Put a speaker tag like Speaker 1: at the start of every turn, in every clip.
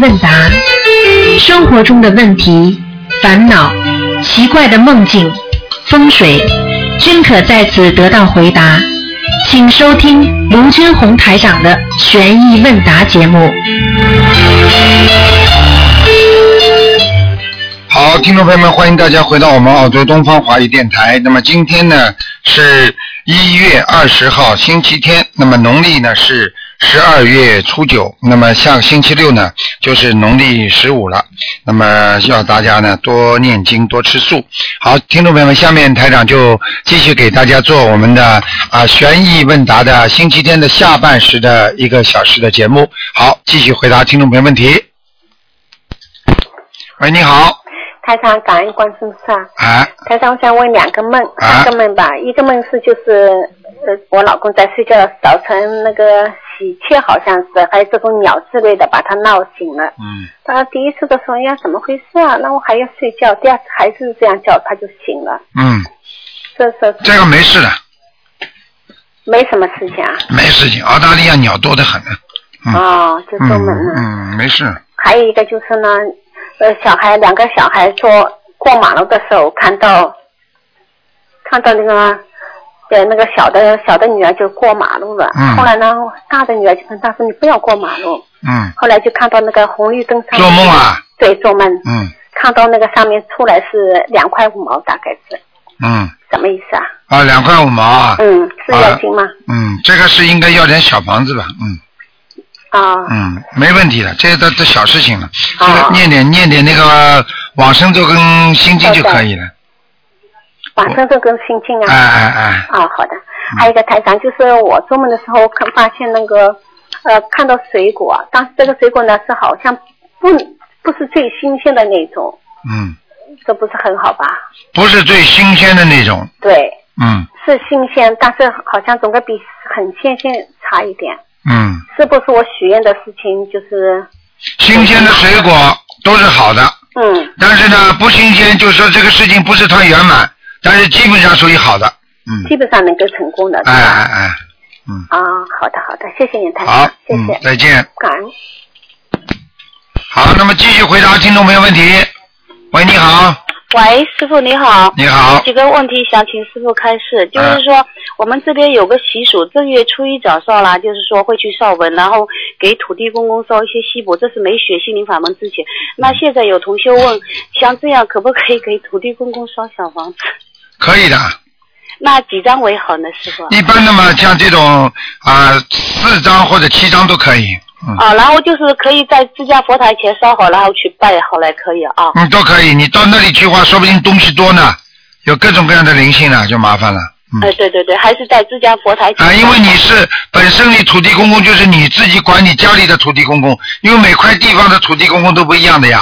Speaker 1: 问答，生活中的问题、烦恼、奇怪的梦境、风水，均可在此得到回答。请收听卢军红台长的《悬疑问答》节目。
Speaker 2: 好，听众朋友们，欢迎大家回到我们澳洲东方华语电台。那么今天呢是一月二十号，星期天。那么农历呢是十二月初九。那么下个星期六呢就是农历十五了。那么要大家呢多念经，多吃素。好，听众朋友们，下面台长就继续给大家做我们的啊悬疑问答的星期天的下半时的一个小时的节目。好，继续回答听众朋友问题。喂，你好，
Speaker 3: 台长，感恩观世音菩萨。
Speaker 2: 哎、
Speaker 3: 台长，我想问两个梦，
Speaker 2: 啊
Speaker 3: 三个梦吧。一个梦是就是，呃，我老公在睡觉，早晨那个喜鹊好像是，还有这种鸟之类的，把他闹醒了。
Speaker 2: 嗯。
Speaker 3: 他第一次的时候，哎呀，怎么回事啊？那我还要睡觉。第二次还是这样叫，他就醒了。
Speaker 2: 嗯，
Speaker 3: 这是
Speaker 2: 这个没事的，
Speaker 3: 没什么事情啊。
Speaker 2: 没事情。澳大利亚鸟多得很呢。嗯
Speaker 3: 哦，就
Speaker 2: 嗯
Speaker 3: 做梦了。
Speaker 2: 嗯，没事。
Speaker 3: 还有一个就是呢，呃，小孩两个小孩坐过马路的时候，看到看到那个呃那个小的小的女儿就过马路了。
Speaker 2: 嗯
Speaker 3: 后来呢，大的女儿就跟他说：“你不要过马路。
Speaker 2: 嗯”，
Speaker 3: 后来就看到那个红绿灯上
Speaker 2: 做梦？啊。
Speaker 3: 对，做梦
Speaker 2: 嗯
Speaker 3: 看到那个上面出来是两块五毛，大概是
Speaker 2: 嗯，
Speaker 3: 什么意思啊？
Speaker 2: 啊，两块五毛啊。
Speaker 3: 嗯，是要金吗？
Speaker 2: 嗯，这个是应该要点小房子吧？嗯
Speaker 3: 啊、
Speaker 2: 嗯，没问题的，这都都小事情了。这
Speaker 3: 哦
Speaker 2: 个念点念点那个往生咒跟心经就可以了。
Speaker 3: 晚上这跟心啊境
Speaker 2: 哎哎哎，
Speaker 3: 哦，好的。还有一个台长，就是我做梦的时候看发现那个呃看到水果，当时这个水果呢是好像不不是最新鲜的那种，
Speaker 2: 嗯，
Speaker 3: 这不是很好吧？
Speaker 2: 不是最新鲜的那种。
Speaker 3: 对，
Speaker 2: 嗯
Speaker 3: 是新鲜，但是好像总该比很新鲜差一点。
Speaker 2: 嗯，
Speaker 3: 是不是我许愿的事情就是
Speaker 2: 新鲜的水果都是好的。
Speaker 3: 嗯
Speaker 2: 但是呢，不新鲜，就是说这个事情不是太圆满，但是基本上属于好的。嗯，
Speaker 3: 基本上能够成功的？是
Speaker 2: 哎哎
Speaker 3: 吧？
Speaker 2: 哎，
Speaker 3: 啊、好的好的，谢谢你台
Speaker 2: 好
Speaker 3: 长，，谢
Speaker 2: 嗯
Speaker 3: 谢，，
Speaker 2: 再见。
Speaker 3: 感恩。
Speaker 2: 好，那么继续回答听众朋友问题。喂，你好，
Speaker 4: 喂，师傅你好。
Speaker 2: 你好啊
Speaker 4: 几，个问题想请师傅开示，就是说、我们这边有个习俗，正月初一早上啦，就是说会去烧文，然后给土地公公烧一些锡箔，这是没学心灵法门之前。那现在有同学问，像这样可不可以给土地公公烧小房子？
Speaker 2: 可以的。
Speaker 4: 那几张为好呢，师傅？
Speaker 2: 一般的嘛，像这种啊、四张或者七张都可以。嗯
Speaker 4: 啊，然后就是可以在自家佛台前烧好，然后去拜好来可以啊。
Speaker 2: 嗯，都可以。你到那里去的话，说不定东西多呢，有各种各样的灵性呢，就麻烦了。嗯。
Speaker 4: 哎，对对对，还是在自家佛台前。
Speaker 2: 啊，因为你是本身你土地公公就是你自己管你家里的土地公公，因为每块地方的土地公公都不一样的呀。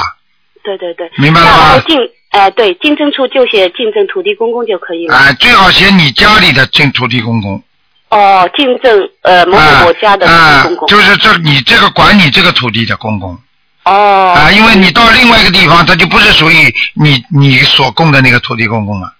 Speaker 4: 对对对，
Speaker 2: 明白了吗
Speaker 4: 那我进哎、对，进证处就写进证土地公公就可以了。
Speaker 2: 啊，最好写你家里的进土地公公。
Speaker 4: 哦，进证呃某
Speaker 2: 啊
Speaker 4: 某某家的
Speaker 2: 啊
Speaker 4: 公公。
Speaker 2: 就是这你这个管你这个土地的公公
Speaker 4: 哦、
Speaker 2: 啊，因为你到另外一个地方，它就不是属于你你所供的那个土地公公了，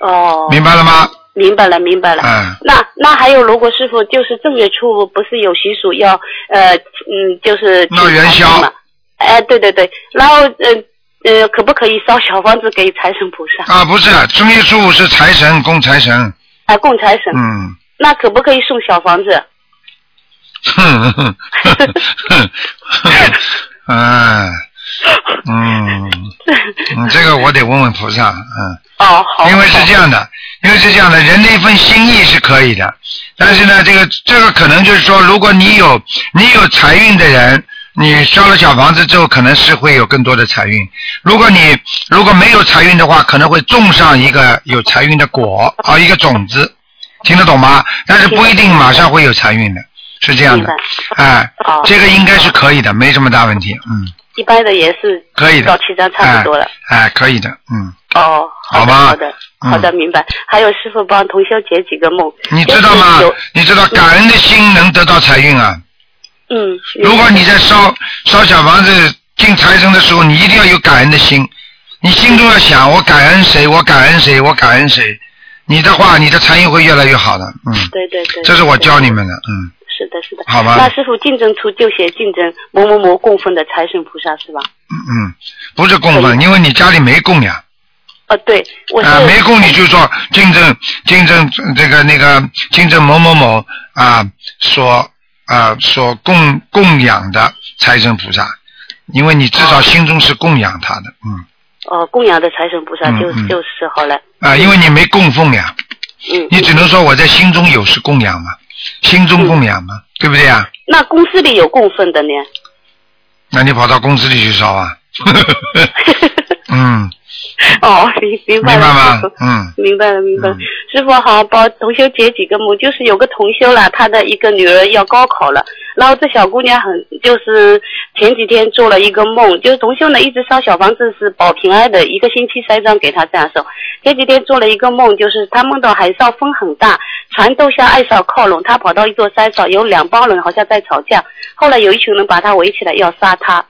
Speaker 4: 哦，
Speaker 2: 明白了吗？
Speaker 4: 明白了明白了。
Speaker 2: 啊，
Speaker 4: 那那还有，如果师傅就是正月初五不是有习俗要呃嗯就是
Speaker 2: 闹元宵
Speaker 4: 嘛？哎、对对对，然后嗯呃可不可以烧小房子给财神菩萨？
Speaker 2: 啊，不是，正月初五是财神供财神，
Speaker 4: 哎、供财神、
Speaker 2: 嗯，
Speaker 4: 那可不可以送小房子？
Speaker 2: 哼哼哼哼哼，嗯嗯，嗯这个我得问问菩萨，嗯。
Speaker 4: 哦，好，
Speaker 2: 因为是
Speaker 4: 好
Speaker 2: 这样的，因为是这样的，人的一份心意是可以的，但是呢，这个这个可能就是说，如果你有你有财运的人，你烧了小房子之后，可能是会有更多的财运；如果你如果没有财运的话，可能会种上一个有财运的果
Speaker 4: 哦
Speaker 2: 啊，一个种子，听得懂吗？但是不一定马上会有财运的，是这样
Speaker 4: 明
Speaker 2: 的
Speaker 4: 白，
Speaker 2: 哎，
Speaker 4: 哦，
Speaker 2: 这个应该是可以的，没什么大问题，嗯，
Speaker 4: 一般的也是
Speaker 2: 可以
Speaker 4: 到
Speaker 2: 的，
Speaker 4: 七张差不多了。
Speaker 2: 哎，可以的，嗯，
Speaker 4: 哦，
Speaker 2: 好
Speaker 4: 好的
Speaker 2: 吧
Speaker 4: 好的，
Speaker 2: 嗯
Speaker 4: 好的，明白。还有师傅帮同修解几个梦，
Speaker 2: 你知道吗
Speaker 4: 就是哎有？
Speaker 2: 你知道感恩的心能得到财运啊。
Speaker 4: 嗯，
Speaker 2: 如果你在烧烧小房子进财神的时候，你一定要有感恩的心，你心中要想我感恩谁，我感恩谁，我感恩谁，你的话，你的财运会越来越好的。嗯，
Speaker 4: 对对对，
Speaker 2: 这是我教你们的。嗯，
Speaker 4: 是的，是的。
Speaker 2: 好吧
Speaker 4: 那师傅净证出就写净证某某某供奉的财神菩萨是吧？
Speaker 2: 嗯，不是供奉，因为你家里没供呀，
Speaker 4: 哦，对，我是、
Speaker 2: 啊，没供你就说竞争竞争这个那个竞争某某某啊所啊所供供养的财神菩萨，因为你至少心中是供养他的，嗯
Speaker 4: 哦供养的财神菩萨
Speaker 2: 嗯
Speaker 4: 就、
Speaker 2: 嗯
Speaker 4: 就是好了，
Speaker 2: 啊，因为你没供奉呀，
Speaker 4: 嗯。
Speaker 2: 你只能说我在心中有是供养嘛，心中供养嘛，对不对呀？
Speaker 4: 那公司里有供奉的呢？
Speaker 2: 那你跑到公司里去烧啊？ 嗯，
Speaker 4: 哦，明 明
Speaker 2: 明
Speaker 4: 白
Speaker 2: 白
Speaker 4: 了，
Speaker 2: 吗
Speaker 4: 师傅？
Speaker 2: 嗯
Speaker 4: 明白了，明白了
Speaker 2: 嗯。
Speaker 4: 师傅好，帮同修解几个梦，就是有个同修啦，他的一个女儿要高考了，然后这小姑娘很就是前几天做了一个梦，就是同修呢一直烧小房子是保平安的，一个星期三张给她这样烧。前几天做了一个梦，就是她梦到海上风很大，船都向岸上靠拢，她跑到一座山上，有两帮人好像在吵架，后来有一群人把她围起来要杀她。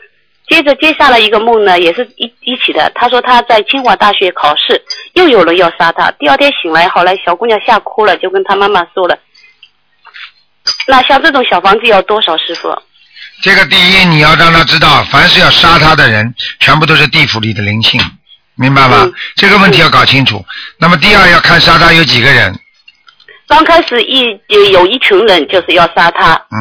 Speaker 4: 接着接下来一个梦呢，也是一一起的。她说她在清华大学考试，又有人要杀她。第二天醒来，后来小姑娘吓哭了，就跟她妈妈说了。那像这种小房子要多少师傅？
Speaker 2: 这个第一，你要让他知道，凡是要杀他的人，全部都是地府里的灵性，明白吗？
Speaker 4: 嗯
Speaker 2: 这个问题要搞清楚。那么第二，要看杀他有几个人。
Speaker 4: 刚开始一呃有一群人就是要杀她。
Speaker 2: 嗯，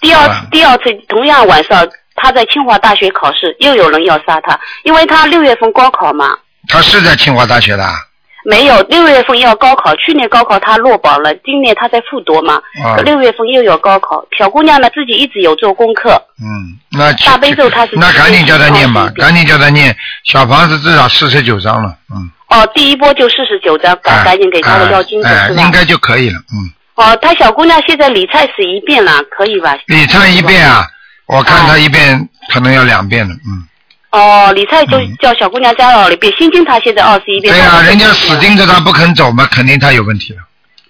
Speaker 4: 第二
Speaker 2: 啊
Speaker 4: 第二次同样晚上，她在清华大学考试，又有人要杀她，因为她六月份高考嘛。
Speaker 2: 他是在清华大学的啊。
Speaker 4: 没有，六月份要高考，去年高考她落榜了，今年她在复读嘛
Speaker 2: 啊，
Speaker 4: 六、月份又有高考。小姑娘呢自己一直有做功课，
Speaker 2: 嗯，那
Speaker 4: 大悲咒他是
Speaker 2: 那赶紧叫他念吧
Speaker 4: 自，己
Speaker 2: 赶紧叫他念。小房子至少四十九章了，嗯，
Speaker 4: 哦，第一波就四十九张，赶赶紧给他的要经者
Speaker 2: 哎哎
Speaker 4: 是吧
Speaker 2: 应？该就可以了，嗯。
Speaker 4: 哦，他小姑娘现在理菜是一遍了，可以吧？
Speaker 2: 你唱一遍
Speaker 4: 嗯
Speaker 2: 啊，我看他一遍可能要两遍了，嗯。
Speaker 4: 哦，理菜就
Speaker 2: 嗯
Speaker 4: 叫小姑娘加了一遍，心经她现在二十一遍。
Speaker 2: 对
Speaker 4: 她
Speaker 2: 呀、
Speaker 4: 现在
Speaker 2: 人家
Speaker 4: 21
Speaker 2: 死
Speaker 4: 遍。
Speaker 2: 盯着他不肯走嘛，肯定他有问题了。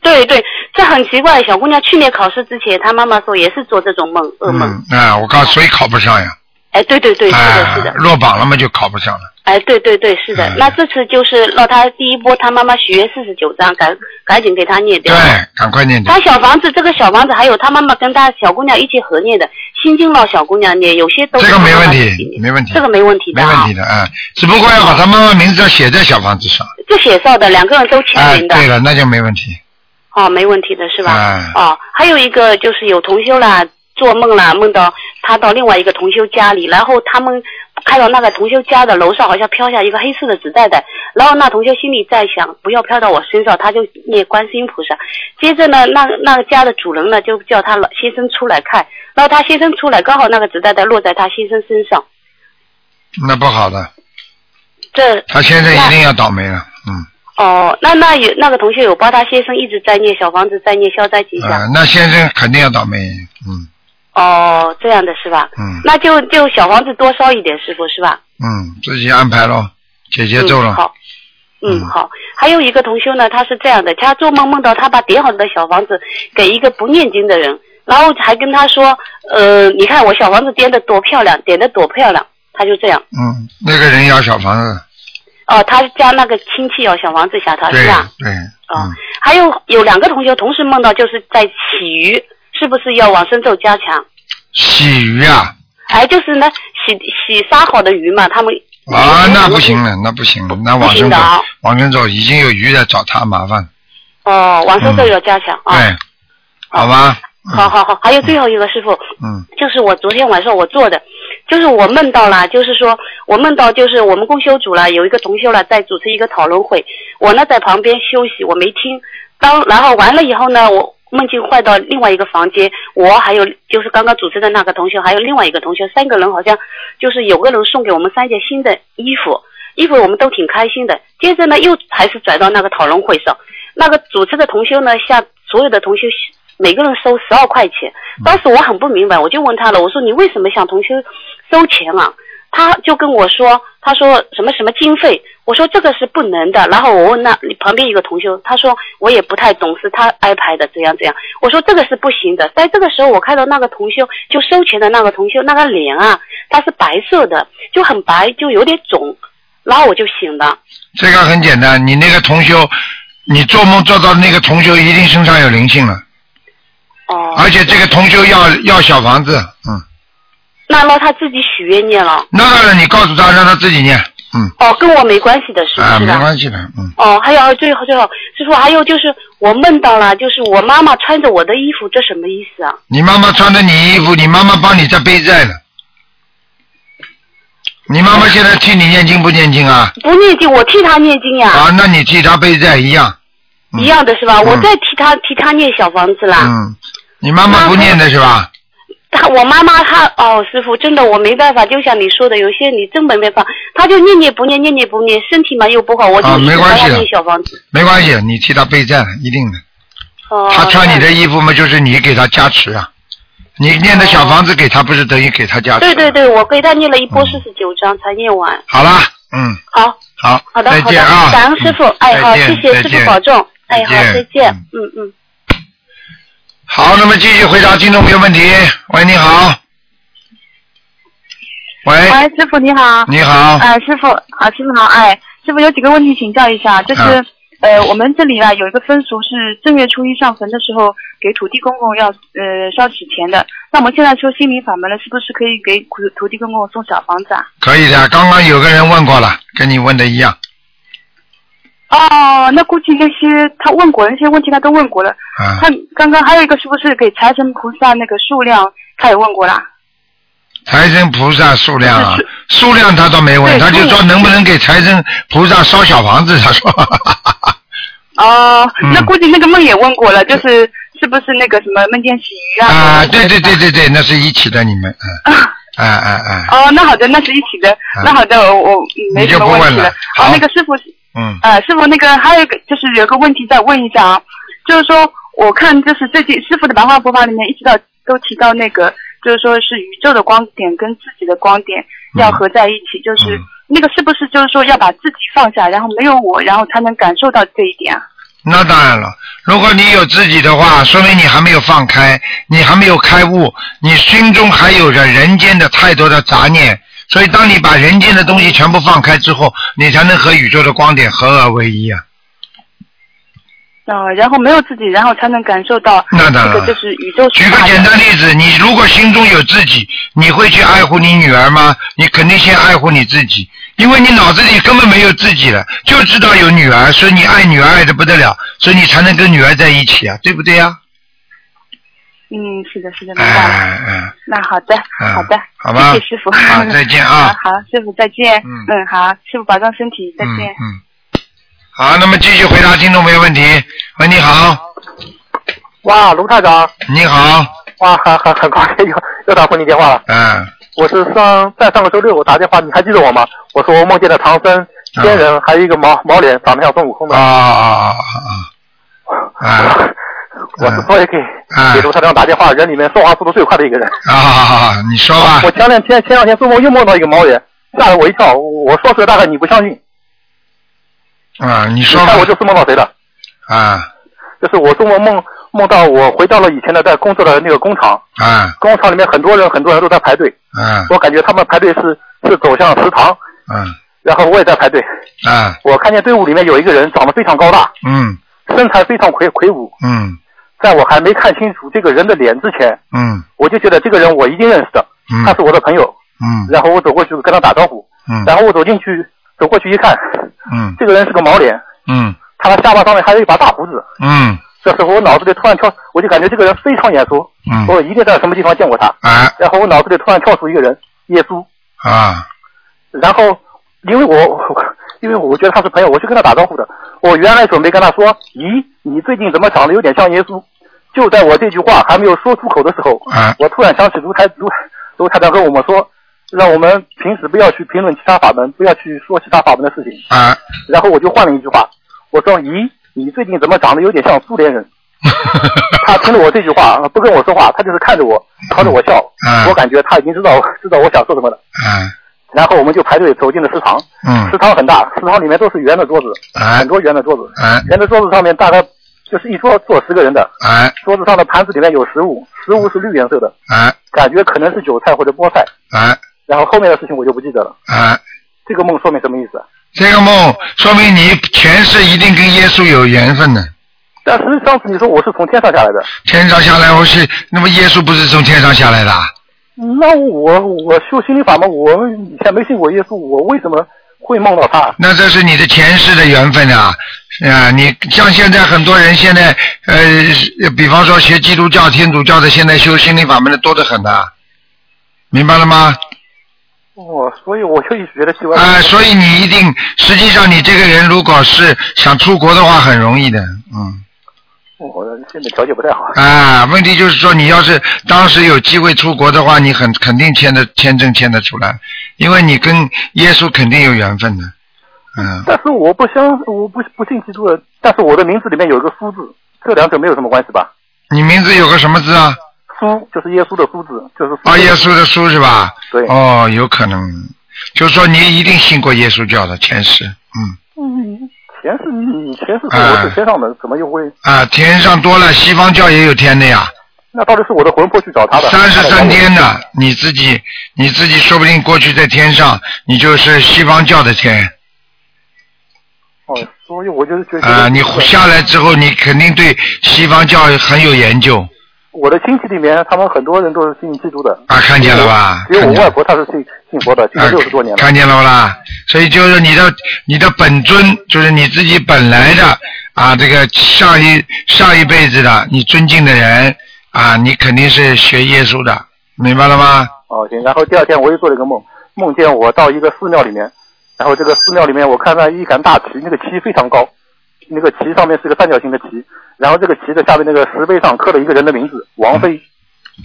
Speaker 4: 对对，这很奇怪。小姑娘去年考试之前，她妈妈说也是做这种梦，噩梦。
Speaker 2: 嗯啊，我告诉，所以考不上呀。
Speaker 4: 哎，对对对，是的，
Speaker 2: 啊
Speaker 4: 是的，。
Speaker 2: 落榜了嘛就考不上了。
Speaker 4: 哎，对对对，是的
Speaker 2: 嗯。
Speaker 4: 那这次就是让她第一波，她妈妈许愿四十九张，赶赶紧给她念
Speaker 2: 对
Speaker 4: 掉。，
Speaker 2: 赶快念经
Speaker 4: 他小房子，这个小房子还有他妈妈跟他小姑娘一起合念的，心经老小姑娘念，有些都是
Speaker 2: 这个没
Speaker 4: 妈妈
Speaker 2: 问题
Speaker 4: 自己念
Speaker 2: 没问题
Speaker 4: 这个没问题的、
Speaker 2: 没
Speaker 4: 啊，
Speaker 2: 问题的啊。只不过要把他妈妈名字要写在小房子上。
Speaker 4: 这写上的两个人都签
Speaker 2: 哎，
Speaker 4: 名的，
Speaker 2: 对了，那就没问题。
Speaker 4: 哦，没问题的是吧？
Speaker 2: 哎
Speaker 4: 哦，还有一个就是有同修啦，做梦啦，梦到他到另外一个同修家里，然后他们看到那个同修家的楼上好像飘下一个黑色的纸袋袋，然后那同修心里在想，不要飘到我身上，他就念观世音菩萨。接着呢，那那个家的主人呢就叫他老先生出来看，然后他先生出来，刚好那个纸袋袋落在他先生身上，
Speaker 2: 那不好的，
Speaker 4: 这
Speaker 2: 他先生一定要倒霉了。嗯，
Speaker 4: 哦，那那有那个同学有帮他先生一直在念小房子，在念消灾吉祥。
Speaker 2: 啊，那先生肯定要倒霉。嗯
Speaker 4: 哦，这样的是吧？
Speaker 2: 嗯
Speaker 4: 那就就小房子多烧一点，师傅是吧？
Speaker 2: 嗯，自己安排咯，姐姐咒
Speaker 4: 嗯、
Speaker 2: 了。
Speaker 4: 好。嗯，
Speaker 2: 嗯
Speaker 4: 好。还有一个同修呢，他是这样的，他做梦梦到他把叠好的小房子给一个不念经的人，然后还跟他说，呃，你看我小房子叠的多漂亮，点的多漂亮。他就这样，
Speaker 2: 嗯，那个人要小房子，
Speaker 4: 哦、他家那个亲戚要小房子下他
Speaker 2: 对
Speaker 4: 是吧？
Speaker 2: 对，
Speaker 4: 哦、
Speaker 2: 嗯，
Speaker 4: 还有有两个同学同时梦到就是在洗鱼，是不是要往生咒加强？
Speaker 2: 洗鱼啊，
Speaker 4: 哎，就是呢，洗洗杀好的鱼嘛，他们
Speaker 2: 啊，那不行。了，那不行了，那往
Speaker 4: 不行
Speaker 2: 生
Speaker 4: 的
Speaker 2: 走
Speaker 4: 啊，
Speaker 2: 往生走已经有鱼来找他麻烦了，
Speaker 4: 哦，往生
Speaker 2: 嗯
Speaker 4: 咒要加强啊。
Speaker 2: 对，好吧，
Speaker 4: 好好好，还有最后一个师傅，
Speaker 2: 嗯
Speaker 4: 就是我昨天晚上我做的，就是我梦到了，就是说我梦到就是我们共修组了有一个同修了在主持一个讨论会，我呢在旁边休息，我没听。当然后完了以后呢，我梦境换到另外一个房间，我还有就是刚刚主持的那个同学，还有另外一个同学，三个人好像就是有个人送给我们三件新的衣服，衣服我们都挺开心的。接着呢，又还是转到那个讨论会上，那个主持的同修呢，向所有的同修每个人收十二块钱。当时我很不明白，我就问他了，我说你为什么向同修收钱啊？他就跟我说，他说什么什么经费，我说这个是不能的。然后我问那旁边一个同修，他说我也不太懂，是他安排的，这样这样。我说这个是不行的。在这个时候，我看到那个同修就收钱的那个同修那个脸啊，他是白色的，就很白，就有点肿。然后我就醒了。
Speaker 2: 这个很简单，你那个同修，你做梦做到那个同修一定身上有灵性了，
Speaker 4: 哦。
Speaker 2: 而且这个同修要要小房子，嗯，
Speaker 4: 那那他自己许愿念了，
Speaker 2: 那个你告诉他让他自己念，嗯，
Speaker 4: 哦，跟我没关系的是
Speaker 2: 啊，
Speaker 4: 不
Speaker 2: 没
Speaker 4: 是的？
Speaker 2: 关系的，嗯，
Speaker 4: 哦，还有最后最后，师傅还有就是我梦到了，就是我妈妈穿着我的衣服，这什么意思啊？
Speaker 2: 你妈妈穿着你衣服，你妈妈帮你在背债呢。你妈妈现在替你念经不念经啊？
Speaker 4: 不念经，我替她念经呀，
Speaker 2: 啊，那你替她背债一样。嗯
Speaker 4: 一样的是吧？
Speaker 2: 嗯
Speaker 4: 我在替她替她念小房子啦。
Speaker 2: 嗯，你妈妈不念的是吧？
Speaker 4: 他我妈妈她哦，师傅真的我没办法，就像你说的，有些你真没办法，她就念念不念，念念不念，身体嘛又不好，我就
Speaker 2: 啊
Speaker 4: 一直
Speaker 2: 没关
Speaker 4: 帮
Speaker 2: 系
Speaker 4: 她
Speaker 2: 的
Speaker 4: 念小房子。
Speaker 2: 没关系，你替她背债了，一定的。
Speaker 4: 哦，
Speaker 2: 她穿你的衣服嘛，就是你给她加持啊。你念的小房子给她，不是等于给她加持？
Speaker 4: 哦对对。对，我给她念了一波
Speaker 2: 啊嗯
Speaker 4: 四十九章才念完。
Speaker 2: 好啦，嗯，
Speaker 4: 好，
Speaker 2: 好，
Speaker 4: 好的
Speaker 2: 再
Speaker 4: 好的
Speaker 2: 见，啊，
Speaker 4: 感恩师傅
Speaker 2: 嗯，
Speaker 4: 哎好，
Speaker 2: 再
Speaker 4: 谢
Speaker 2: 见
Speaker 4: 谢
Speaker 2: 再
Speaker 4: 师
Speaker 2: 见
Speaker 4: 傅保重，哎好，
Speaker 2: 再
Speaker 4: 再
Speaker 2: 见
Speaker 4: 见
Speaker 2: 嗯，
Speaker 4: 嗯嗯。
Speaker 2: 好，那么继续回答听众朋友问题。喂，你好。喂，
Speaker 5: 哎，师傅你好。
Speaker 2: 你好。
Speaker 5: 哎，师傅啊，师傅好。哎，师傅有几个问题请教一下，就是、
Speaker 2: 啊
Speaker 5: 呃，我们这里啊有一个风俗是正月初一上坟的时候给土地公公要呃烧纸钱的。那我们现在修心灵法门了，是不是可以给土土地公公送小房子啊？
Speaker 2: 可以的，刚刚有个人问过了，跟你问的一样。
Speaker 5: 哦，那估计那些他问过那些问题他都问过了。
Speaker 2: 啊
Speaker 5: 他，刚刚还有一个是不是给财神菩萨那个数量他也问过啊啦？
Speaker 2: 财神菩萨数量
Speaker 5: 就
Speaker 2: 啊
Speaker 5: 是，
Speaker 2: 数量他倒没问，
Speaker 5: 对
Speaker 2: 他就
Speaker 5: 数
Speaker 2: 说
Speaker 5: 量
Speaker 2: 能不能给财神菩萨烧小房子，他说。
Speaker 5: 哦，
Speaker 2: 嗯
Speaker 5: 那估计那个梦也问过了，就是是不是那个什么梦见洗鱼啊？
Speaker 2: 啊，对对对对对，那是一起的，你们，嗯，
Speaker 5: 啊
Speaker 2: 哎哎哎，
Speaker 5: 哦，那好的，那是一起的
Speaker 2: 嗯。
Speaker 5: 那好的，我我嗯没什么问
Speaker 2: 你就不问
Speaker 5: 题
Speaker 2: 了好
Speaker 5: 哦，那个师傅，
Speaker 2: 嗯，
Speaker 5: 呃，师傅那个还有一个就是有个问题再问一下啊，就是说我看就是最近师傅的白话佛法里面一直到都提到那个，就是说是宇宙的光点跟自己的光点要合在一起，就是
Speaker 2: 嗯
Speaker 5: 那个是不是就是说要把自己放下，然后没有我，然后才能感受到这一点啊？
Speaker 2: 那当然了，如果你有自己的话，说明你还没有放开，你还没有开悟，你心中还有着人间的太多的杂念。所以，当你把人间的东西全部放开之后，你才能和宇宙的光点合而为一啊！
Speaker 5: 啊，然后没有自己，然后才能感受到
Speaker 2: 那当然
Speaker 5: 这个就是宇宙
Speaker 2: 举
Speaker 5: 是
Speaker 2: 个
Speaker 5: 大的
Speaker 2: 简单例子，你如果心中有自己，你会去爱护你女儿吗？你肯定先爱护你自己，因为你脑子里根本没有自己了，就知道有女儿，所以你爱女儿爱的不得了，所以你才能跟女儿在一起啊，对不对呀、
Speaker 5: 嗯，是的，是的，
Speaker 2: 哎
Speaker 5: 明白了。
Speaker 2: 哎哎，
Speaker 5: 那好的，
Speaker 2: 嗯
Speaker 5: 好的，
Speaker 2: 好吧
Speaker 5: 谢谢师傅，
Speaker 2: 好再见啊
Speaker 5: 好，好师傅再见，
Speaker 2: 嗯
Speaker 5: 嗯，好，师傅保重身体，再
Speaker 2: 嗯
Speaker 5: 见。
Speaker 2: 嗯。好，那么继续回答听众朋友问题。喂，你好，
Speaker 6: 哇，卢台长，
Speaker 2: 你好，
Speaker 6: 哇，很很很高兴又又打通你电话了。
Speaker 2: 嗯，
Speaker 6: 我是上在上个周六我打电话，你还记得我吗？我说我梦见了唐僧、仙人，还有一个毛毛脸，长得像孙悟空的。
Speaker 2: 啊啊啊啊啊
Speaker 6: 我之所以给、
Speaker 2: 啊
Speaker 6: 给卢台长打电话，人里面说话速度最快的一个人。
Speaker 2: 啊啊！你说吧
Speaker 6: 我，前两天前两天做梦又梦到一个毛人，吓了我一跳。我我说出来大概你不相信，
Speaker 2: 啊，你
Speaker 6: 你
Speaker 2: 说
Speaker 6: 猜我
Speaker 2: 吧，
Speaker 6: 这次梦到谁了？
Speaker 2: 啊
Speaker 6: 就是我做梦梦梦到我回到了以前的在工作的那个工厂，
Speaker 2: 啊
Speaker 6: 工厂里面很多人很多人都在排队，
Speaker 2: 啊
Speaker 6: 我感觉他们排队是是走向食堂，
Speaker 2: 啊
Speaker 6: 然后我也在排队。
Speaker 2: 啊，
Speaker 6: 我看见队伍里面有一个人长得非常高大，
Speaker 2: 嗯
Speaker 6: 身材非常魁魁梧。
Speaker 2: 嗯
Speaker 6: 在我还没看清楚这个人的脸之前，
Speaker 2: 嗯
Speaker 6: 我就觉得这个人我一定认识的，
Speaker 2: 嗯
Speaker 6: 他是我的朋友。
Speaker 2: 嗯
Speaker 6: 然后我走过去跟他打招呼，
Speaker 2: 嗯
Speaker 6: 然后我走进去，走过去一看，
Speaker 2: 嗯
Speaker 6: 这个人是个毛脸，
Speaker 2: 嗯
Speaker 6: 他的下巴上面还有一把大胡子。
Speaker 2: 嗯
Speaker 6: 这时候我脑子里突然跳，我就感觉这个人非常眼熟，
Speaker 2: 嗯，
Speaker 6: 我一定在什么地方见过他。
Speaker 2: 啊
Speaker 6: 然后我脑子里突然跳出一个人，耶稣。
Speaker 2: 啊
Speaker 6: 然后因为我 因为我觉得他是朋友，我去跟他打招呼的。我原来准备跟他说，咦，你最近怎么长得有点像耶稣？就在我这句话还没有说出口的时候，
Speaker 2: 啊
Speaker 6: 我突然想起卢台卢卢台长跟我们说，让我们平时不要去评论其他法门，不要去说其他法门的事情。
Speaker 2: 啊！
Speaker 6: 然后我就换了一句话，我说，咦，你最近怎么长得有点像苏联 人？他听了我这句话，啊不跟我说话，他就是看着我，朝着我笑
Speaker 2: 嗯。
Speaker 6: 我感觉他已经知道知道我想说什么了。
Speaker 2: 啊
Speaker 6: 然后我们就排队走进了食堂，
Speaker 2: 嗯
Speaker 6: 食堂很大，食堂里面都是圆的桌子，
Speaker 2: 啊
Speaker 6: 很多圆的桌子，
Speaker 2: 啊
Speaker 6: 圆的桌子上面大概就是一桌坐十个人的，
Speaker 2: 啊
Speaker 6: 桌子上的盘子里面有食物，食物是绿颜色的，
Speaker 2: 啊
Speaker 6: 感觉可能是韭菜或者菠菜，
Speaker 2: 啊
Speaker 6: 然后后面的事情我就不记得了。
Speaker 2: 啊！
Speaker 6: 这个梦说明什么意思？啊
Speaker 2: 这个梦说明你前世一定跟耶稣有缘分的。
Speaker 6: 但实际上次你说我是从天上下来的，
Speaker 2: 天上下来，我是那么耶稣不是从天上下来的啊？
Speaker 6: 那我我修心灵法门，我以前没信过耶稣，我为什么会梦到他？
Speaker 2: 那这是你的前世的缘分啊！啊，你像现在很多人现在呃，比方说学基督教、天主教的，现在修心灵法门的多得很呐、啊明白了吗？
Speaker 6: 我所以我就一直觉得奇怪。
Speaker 2: 啊、所以你一定，实际上你这个人如果是想出国的话，很容易的，嗯。
Speaker 6: 我现在条件不太好。
Speaker 2: 啊，问题就是说，你要是当时有机会出国的话，你很肯定签的签证签得出来，因为你跟耶稣肯定有缘分的，嗯。
Speaker 6: 但是我不相，我不不信基督的，但是我的名字里面有一个苏字，这两者没有什么关系吧？
Speaker 2: 你名字有个什么字啊？
Speaker 6: 苏就是耶稣的苏字，就是苏
Speaker 2: 啊，耶稣的苏是吧？
Speaker 6: 对
Speaker 2: 哦，有可能，就是说你一定信过耶稣教的前世，嗯
Speaker 6: 前世你前世说我是天上的，怎么又会？
Speaker 2: 啊，天上多了，西方教也有天的呀，
Speaker 6: 那到底是我的魂魄去找他的？
Speaker 2: 三十三天
Speaker 6: 呢？
Speaker 2: 的，你自己你自己说不定过去在天上，你就是西方教的天
Speaker 6: 哦，所以我就是觉得
Speaker 2: 啊，你下来之后你肯定对西方教很有研究
Speaker 6: 我的亲戚里面，他们很多人都是信基督的，
Speaker 2: 啊，看见了吧？
Speaker 6: 只有我
Speaker 2: 看见
Speaker 6: 外婆她是信信佛的，信了六十多年了。
Speaker 2: 看见了不啦？所以就是你的你的本尊，就是你自己本来的啊，这个上一上一辈子的你尊敬的人啊，你肯定是学耶稣的，明白了吗？
Speaker 6: 哦，行。然后第二天我又做了一个梦，梦见我到一个寺庙里面，然后这个寺庙里面我看到一杆大旗，那个旗非常高，那个旗上面是个三角形的旗，然后这个旗的下面那个石碑上刻了一个人的名字王菲，
Speaker 2: 嗯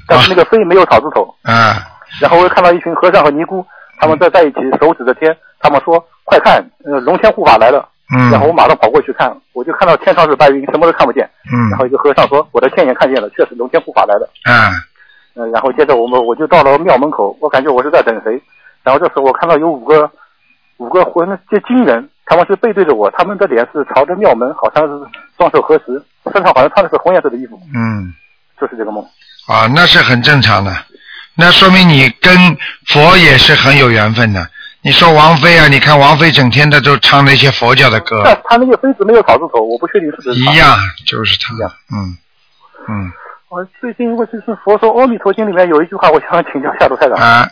Speaker 6: 但是那个菲没有草字头。
Speaker 2: 啊，
Speaker 6: 然后我又看到一群和尚和尼姑，他们在在一起手指着天，他们说快看，呃，龙天护法来了。然后我
Speaker 2: 嗯
Speaker 6: 马上跑过去看，我就看到天上是白云，什么都看不见。然后
Speaker 2: 嗯
Speaker 6: 一个和尚说：“我的天眼看见了，确实龙天护法来了。”
Speaker 2: 啊
Speaker 6: 嗯，然后接着我们我就到了庙门口，我感觉我是在等谁。然后这时候我看到有五个五个魂这金人，他们是背对着我，他们的脸是朝着庙门，好像是双手合十，身上好像穿的是红颜色的衣服，
Speaker 2: 嗯，
Speaker 6: 就是这个梦。
Speaker 2: 啊，那是很正常的，那说明你跟佛也是很有缘分的。你说王菲啊，你看王菲整天的都唱那些佛教的歌，
Speaker 6: 但他那个妃子没有草字头，我不确定是不是
Speaker 2: 一
Speaker 6: 他。
Speaker 2: 样就是他，嗯嗯。
Speaker 6: 我哦最近我就是佛说《阿弥陀经》里面有一句话，我想请教一下卢太长，
Speaker 2: 啊，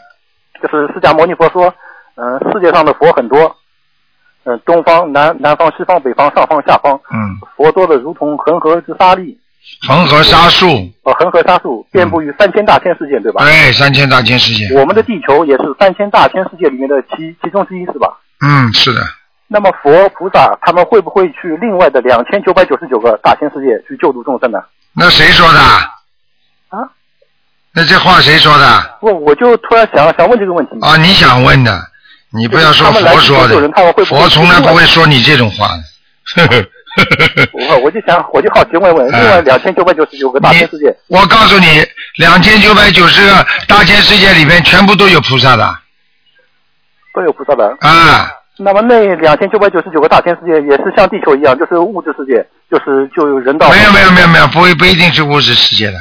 Speaker 6: 就是释迦牟尼佛说，嗯、世界上的佛很多，嗯、东方、南、南方、西方、北方、上方、下方，
Speaker 2: 嗯，
Speaker 6: 佛多的如同恒河之沙粒，
Speaker 2: 恒河沙数，
Speaker 6: 呃，恒河沙数遍布于三千大千世界，对吧？
Speaker 2: 对，哎三千大千世界，
Speaker 6: 我们的地球也是三千大千世界里面的其其中之一，是吧？
Speaker 2: 嗯，是的，
Speaker 6: 那么佛菩萨他们会不会去另外的两千九百九十九个大千世界去救度众生呢？
Speaker 2: 那谁说的？啊？那这话谁说的？
Speaker 6: 我我就突然想想问这个问题，
Speaker 2: 啊，你想问的，你不要说佛
Speaker 6: 就是
Speaker 2: 说
Speaker 6: 他们来救人他们
Speaker 2: 的，
Speaker 6: 会不会
Speaker 2: 佛从来不会说你这种话的。 呵呵呵呵 呵
Speaker 6: 我我就想我就好奇问问，另
Speaker 2: 哎
Speaker 6: 外两千九百九十九个大千世界，
Speaker 2: 我告诉你，两千九百九十个大千世界里面全部都有菩萨的
Speaker 6: 都有菩萨的，
Speaker 2: 啊。
Speaker 6: 那么那两千九百九十九个大千世界也是像地球一样，就是物质世界，就是就有人道
Speaker 2: 没有没有没有没有，不会不一定是物质世界的，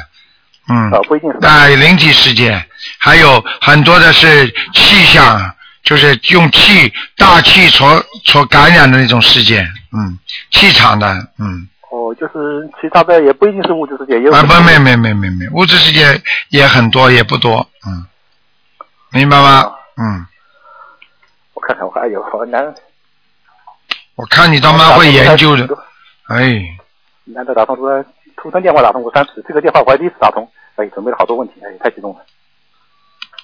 Speaker 2: 嗯。
Speaker 6: 啊，不一定是吧。
Speaker 2: 啊，灵体世界，还有很多的是气象，就是用气大气所所感染的那种世界，嗯，气场的，嗯，
Speaker 6: 哦，就是其他的也不一定是物质世界，也有
Speaker 2: 啊不，没没没没没，物质世界也很多，也不多，嗯，明白吗？嗯，
Speaker 6: 我看看，我还有好难
Speaker 2: 我看你倒蛮会研究的，哎，
Speaker 6: 难得打通，说图腾电话打通过三次，这个电话我还第一次打通，哎，准备了好多问题，哎，太激动了。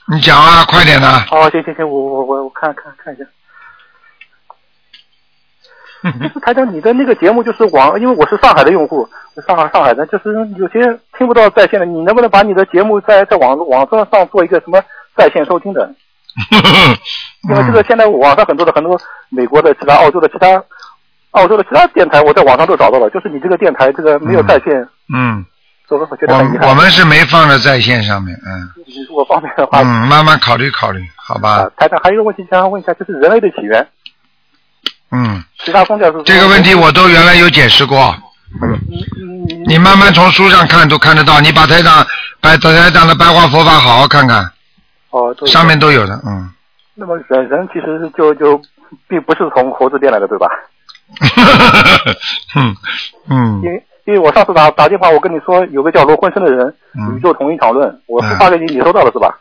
Speaker 2: 你讲啊，快点呐、
Speaker 6: 好、行行行，我我我我看看看一下。
Speaker 2: 嗯
Speaker 6: 就是台长，你的那个节目就是网，因为我是上海的用户，上海上海的，就是有些听不到在线的，你能不能把你的节目在在网网站上做一个什么在线收听的？ 因为这个现在网上很多的很多美国的其他、澳洲的其他、澳洲的其他电台，我在网上都找到了，就是你这个电台这个没有在线，
Speaker 2: 嗯，
Speaker 6: 所以我觉得很遗
Speaker 2: 我
Speaker 6: 憾。
Speaker 2: 我们是没放在在线上面，嗯
Speaker 6: 你如果方便的话，
Speaker 2: 嗯，慢慢考虑考虑，好吧
Speaker 6: 啊，，台长还有一个问题想要问一下，就是人类的起源，
Speaker 2: 嗯。
Speaker 6: 其他宗教是
Speaker 2: 这个问题我都原来有解释过。你慢慢从书上看都看得到，你把台长、把台长的白话佛法好好看看，
Speaker 6: 哦，对
Speaker 2: 上面都有的，嗯。
Speaker 6: 那么人人其实就就并不是从猴子变来的，对吧？
Speaker 2: 嗯嗯
Speaker 6: 因为因为我上次打打电话，我跟你说有个叫罗坤生的人，
Speaker 2: 嗯
Speaker 6: 宇宙同一场论，我
Speaker 2: 嗯
Speaker 6: 发给你，你收到了是吧？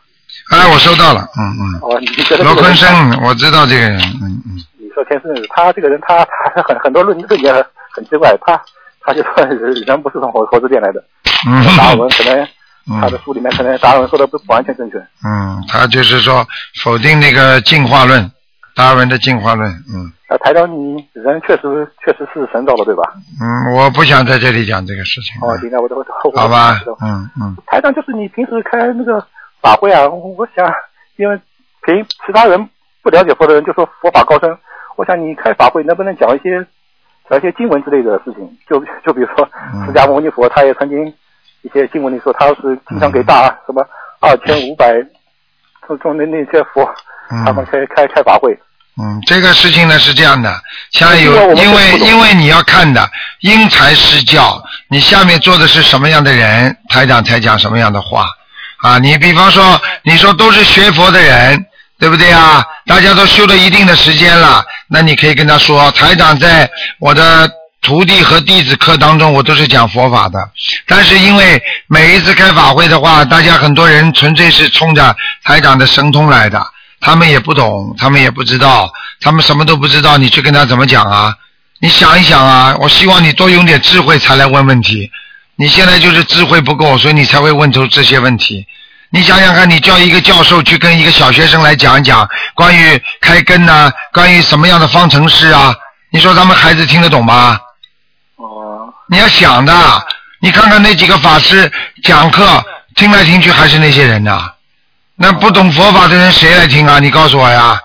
Speaker 2: 哎，我收到了，嗯嗯。
Speaker 6: 哦，你觉得这个人
Speaker 2: 罗坤，生，我知道这个人，嗯嗯。
Speaker 6: 你说天生的人，他这个人他他很很多论论点很很奇怪，他他就说人不是从火火字变来的，达尔文
Speaker 2: 嗯
Speaker 6: 可能他的书里面可能达尔文说的不不完全正确。
Speaker 2: 嗯，他就是说否定那个进化论，达尔文的进化论。嗯
Speaker 6: 啊，台长你人确实确实是神造的对吧？
Speaker 2: 嗯，我不想在这里讲这个事情。
Speaker 6: 哦，行，那我都我
Speaker 2: 好吧，嗯嗯
Speaker 6: 台长就是你平时开那个法会啊，我我想，因为平其他人不了解佛的人就说佛法高深，我想你开法会能不能讲一些讲一些经文之类的事情？就就比如说
Speaker 2: 嗯
Speaker 6: 释迦牟尼佛，他也曾经一些经文里说他是经常给大
Speaker 2: 嗯
Speaker 6: 什么二千五百中中的那些佛，他们
Speaker 2: 嗯
Speaker 6: 开开开法会。
Speaker 2: 嗯，这个事情呢是这样的，像
Speaker 6: 因为我
Speaker 2: 有
Speaker 6: 们
Speaker 2: 因为
Speaker 6: 不懂
Speaker 2: 因为你要看的因材施教，你下面做的是什么样的人，台长才讲什么样的话啊。你比方说，你说都是学佛的人，对不对啊？大家都修了一定的时间了，那你可以跟他说，台长在我的徒弟和弟子课当中，我都是讲佛法的。但是因为每一次开法会的话，大家很多人纯粹是冲着台长的神通来的，他们也不懂，他们也不知道，他们什么都不知道，你去跟他怎么讲啊？你想一想啊，我希望你多用点智慧才来问问题。你现在就是智慧不够，所以你才会问出这些问题。你想想看，你叫一个教授去跟一个小学生来讲一讲关于开根呐、关于什么样的方程式啊，你说他们孩子听得懂吗？
Speaker 6: 哦、
Speaker 2: 你要想的，你看看那几个法师讲课，听来听去还是那些人呐、啊那不懂佛法的人谁来听啊？你告诉我呀，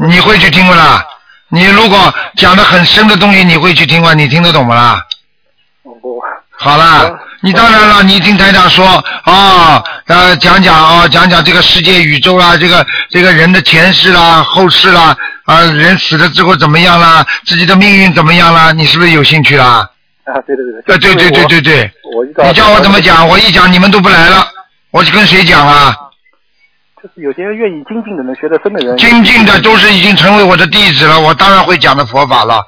Speaker 2: 你会去听不啦？你如果讲的很深的东西，你会去听吗？你听得懂不啦？
Speaker 6: 我
Speaker 2: 好啦，你当然了，你听台长说啊、哦，呃，讲讲啊、哦，讲讲这个世界、宇宙啦，这个这个人的前世啦、后世啦，啊、人死了之后怎么样啦，自己的命运怎么样啦，你是不是有兴趣啦？
Speaker 6: 啊，对对对
Speaker 2: 呃，对对对对，对，
Speaker 6: 我遇到
Speaker 2: 你叫我怎么讲？我一讲你们都不来了，我去跟谁讲啊？
Speaker 6: 就是有些愿意精进的人、学得深的人，
Speaker 2: 精进的都是已经成为我的弟子了，我当然会讲的佛法了。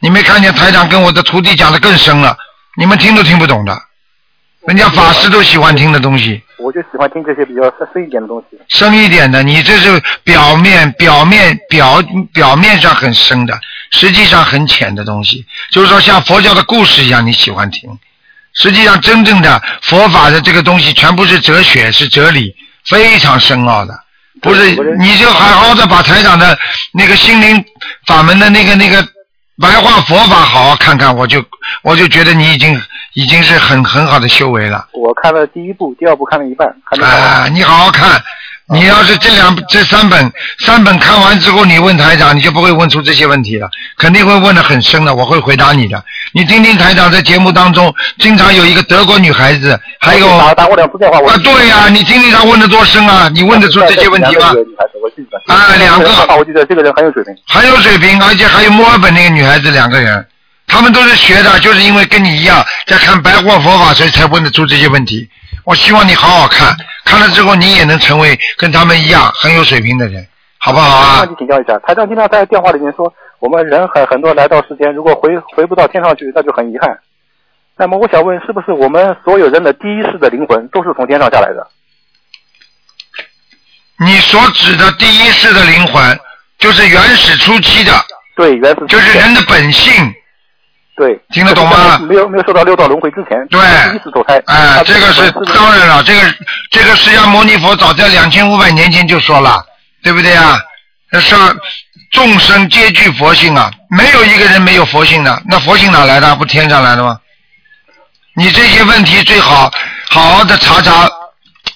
Speaker 2: 你没看见台长跟我的徒弟讲的更深了，你们听都听不懂的，人家法师都喜欢听的东西。
Speaker 6: 我就喜欢听这些比较深深一点的东西。
Speaker 2: 深一点的，你这是表面、表面、表表面上很深的，实际上很浅的东西。就是说，像佛教的故事一样，你喜欢听。实际上，真正的佛法的这个东西，全部是哲学，是哲理，非常深奥的。不是
Speaker 6: 对我认，
Speaker 2: 你就好好的把台长的那个心灵法门的那个那个白话佛法好好看看，我就我就觉得你已经已经是很很好的修为了。
Speaker 6: 我看了第一部，第二部看了一半，还没看完。
Speaker 2: 啊，你好好看。你要是这
Speaker 6: 哦
Speaker 2: 两这三本三本看完之后，你问台长，你就不会问出这些问题了，肯定会问得很深的，我会回答你的。你听听台长在节目当中，经常有一个德国女孩子，还有
Speaker 6: 打
Speaker 2: 啊，
Speaker 6: 打过两次电话，我
Speaker 2: 对呀、你听听她问的多深啊，你问得出这些问题吗？啊两个
Speaker 6: 我记得这个人很有水平。
Speaker 2: 很有水平，而且还有墨尔本那个女孩子两个人，他们都是学的，就是因为跟你一样在看白话佛法，所以才问得出这些问题。我希望你好好看，看了之后你也能成为跟他们一样很有水平的人，好不好啊
Speaker 6: 那？你请教一下，台长经常在电话里面说，我们人很很多来到世间，如果回回不到天上去，那就很遗憾。那么我想问，是不是我们所有人的第一世的灵魂都是从天上下来的？
Speaker 2: 你所指的第一世的灵魂，就是原始初期的，
Speaker 6: 对，原始
Speaker 2: 就是人的本性。
Speaker 6: 对，
Speaker 2: 听得懂吗
Speaker 6: 没有没有受到六道轮回之前，
Speaker 2: 对
Speaker 6: 第一次投胎。
Speaker 2: 哎、
Speaker 6: 那
Speaker 2: 这个是当然了，这个这个释迦牟尼佛早在两千五百年前就说了，对不对啊？上众生皆具佛性啊，没有一个人没有佛性的，那佛性哪来的？不天上来的吗？你这些问题最好好好的查查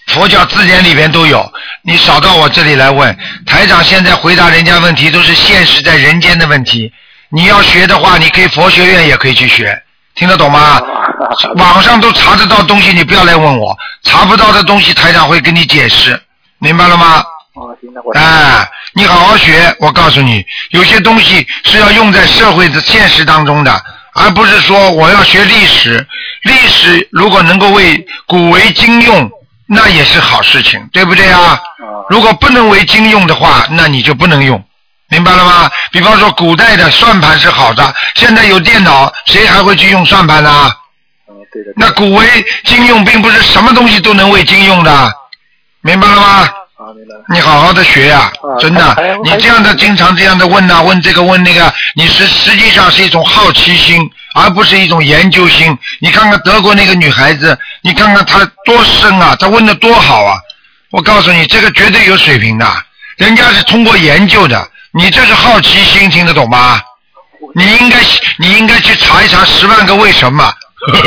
Speaker 2: 佛教字典里边都有，你少到我这里来问。台长现在回答人家问题都是现实在人间的问题，你要学的话，你可以佛学院也可以去学，听得懂 吗？网上都查得到东西，你不要来问我，查不到的东西台长会跟你解释，明白了吗？
Speaker 6: 哦，行，那我
Speaker 2: 哎，你好好学，我告诉你，有些东西是要用在社会的现实当中的，而不是说我要学历史。历史如果能够为古为今用，那也是好事情，对不对啊？
Speaker 6: 啊
Speaker 2: 如果不能为今用的话，那你就不能用，明白了吗？比方说，古代的算盘是好的，现在有电脑，谁还会去用算盘呢、啊
Speaker 6: 对的。对的
Speaker 2: 那古为今用，并不是什么东西都能为今用的，明白了吗？
Speaker 6: 啊，明白了。
Speaker 2: 你好好的学呀、
Speaker 6: 啊
Speaker 2: 真的
Speaker 6: 还还，
Speaker 2: 你这样的经常这样的问呐、问这个问那个，你实实际上是一种好奇心，而不是一种研究心。你看看德国那个女孩子，你看看她多深啊，她问的多好啊！我告诉你，这个绝对有水平的，人家是通过研究的，你这是好奇心，听得懂吗？你应该你应该去查一查《十万个为什么》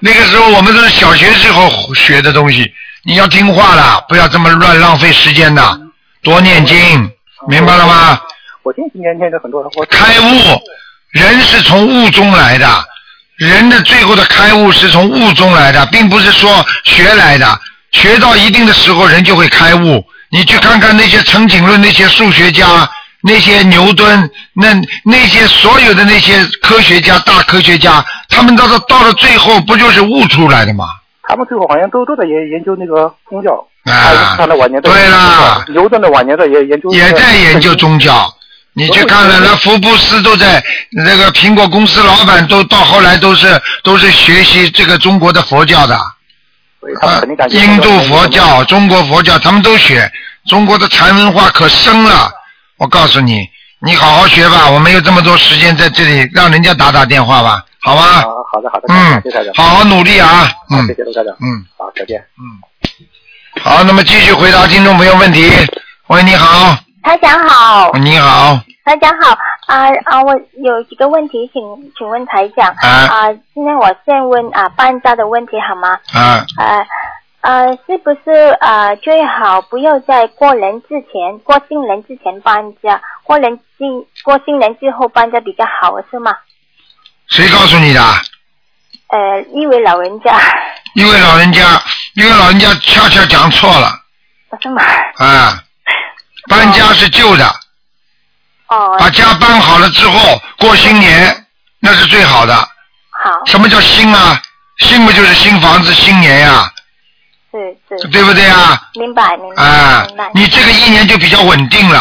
Speaker 2: 那个时候我们都是小学时候学的东西，你要听话了，不要这么乱浪费时间的，多念经，明白了吗？
Speaker 6: 我今年念的很多了，我
Speaker 2: 开悟，人是从悟中来的，人的最后的开悟是从悟中来的，并不是说学来的。学到一定的时候，人就会开悟。你去看看那些陈景润、那些数学家、那些牛顿、那那些所有的那些科学家、大科学家，他们到了到了最后，不就是悟出来的吗？
Speaker 6: 他们最后好像都都在研研究那个宗教，
Speaker 2: 啊
Speaker 6: 还有他的晚年在研究
Speaker 2: 对啦
Speaker 6: 牛顿的晚年在研研究，
Speaker 2: 也在研究宗 教。你去看了，那
Speaker 6: 哦
Speaker 2: 福布斯都在那个苹果公司老板都到后来都是都是学习这个中国的佛教的，
Speaker 6: 所以他们肯定感觉
Speaker 2: 印度佛教、中国佛教，他们都学。中国的禅文化可深了，我告诉你，你好好学吧。我没有这么多时间在这里，让人家打打电话吧，好
Speaker 6: 啊
Speaker 2: 吧？，
Speaker 6: 好的好的，
Speaker 2: 嗯
Speaker 6: 谢谢台长，，
Speaker 2: 好好努力啊，
Speaker 6: 好
Speaker 2: 嗯
Speaker 6: 谢谢卢台长，
Speaker 2: 嗯，
Speaker 6: 好，再见。
Speaker 2: 好，那么继续回答听众朋友问题。喂，你好，
Speaker 7: 台长好，
Speaker 2: 你好，
Speaker 7: 台长好啊啊！我有几个问题，请请问台长
Speaker 2: 啊
Speaker 7: 啊，今天我先问啊搬家的问题好吗？
Speaker 2: 啊，
Speaker 7: 呃呃，是不是呃最好不要在过年之前、过新年之前搬家，过年之过新年之后搬家比较好，是吗？
Speaker 2: 谁告诉你的？
Speaker 7: 呃，因为老人家
Speaker 2: 因为老人家，因为老人家恰恰讲错了
Speaker 7: 是吗？
Speaker 2: 啊。搬家是旧的，
Speaker 7: 哦，
Speaker 2: 把家搬好了之后过新年，那是最好的。
Speaker 7: 好，
Speaker 2: 什么叫新啊？新不就是新房子、新年呀、
Speaker 7: 是是，
Speaker 2: 对不对啊？
Speaker 7: 明白明白、
Speaker 2: 啊
Speaker 7: 明白，，嗯
Speaker 2: 你这个一年就比较稳定了。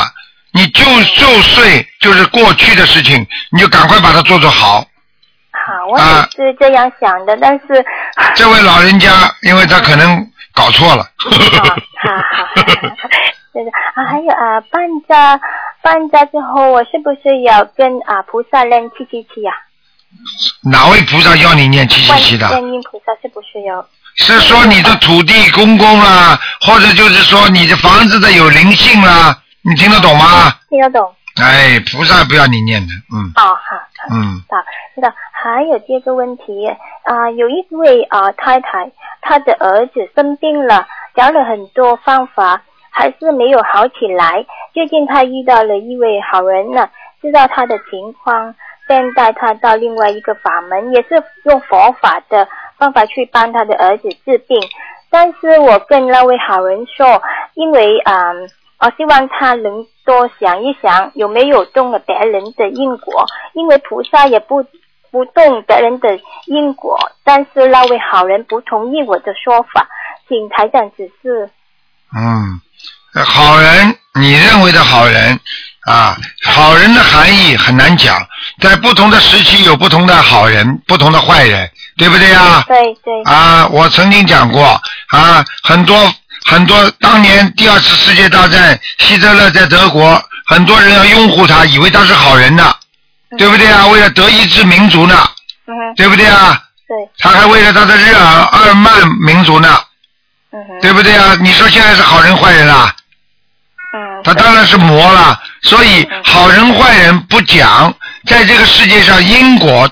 Speaker 2: 你旧旧岁就是过去的事情，你就赶快把它做做好。
Speaker 7: 好，我
Speaker 2: 啊
Speaker 7: 也是这样想的，但是。
Speaker 2: 这位老人家，因为他可能搞错了，
Speaker 7: 嗯好好，就是啊，还有啊，搬家搬家之后，我是不是要跟啊菩萨练七七七呀？
Speaker 2: 哪位菩萨要你念七七
Speaker 7: 观
Speaker 2: 七的？
Speaker 7: 观音菩萨是不是要？
Speaker 2: 是说你的土地公公啦，或者就是说你的房子的有灵性啦，你听得懂吗？
Speaker 7: 哦听得懂？
Speaker 2: 哎，菩萨不要你念的，嗯
Speaker 7: 哦，好，好
Speaker 2: 嗯
Speaker 7: 知道知道。还有第二个问题啊、有一位啊、太太，她的儿子生病了，找了很多方法，还是没有好起来。最近她遇到了一位好人呢，知道她的情况，便带她到另外一个法门，也是用佛法的方法去帮她的儿子治病。但是我跟那位好人说，因为啊、嗯我希望他能多想一想有没有动了别人的因果，因为菩萨也不不动别人的因果。但是那位好人不同意我的说法，请台长指示。
Speaker 2: 嗯，好人，你认为的好人啊，好人的含义很难讲，在不同的时期有不同的好人，不同的坏人，对不对啊？
Speaker 7: 对对，
Speaker 2: 啊，我曾经讲过啊，很多很多，当年第二次世界大战，希特勒在德国，很多人要拥护他，以为他是好人呢，对不对啊？为了德意志民族呢，
Speaker 7: 嗯哼，
Speaker 2: 对不对啊？
Speaker 7: 对，
Speaker 2: 他还为了他的日耳二曼民族呢，
Speaker 7: 嗯哼，
Speaker 2: 对不对啊？你说现在是好人坏人啊？
Speaker 7: 嗯，
Speaker 2: 他当然是魔了。所以好人坏人不讲，在这个世界上因果，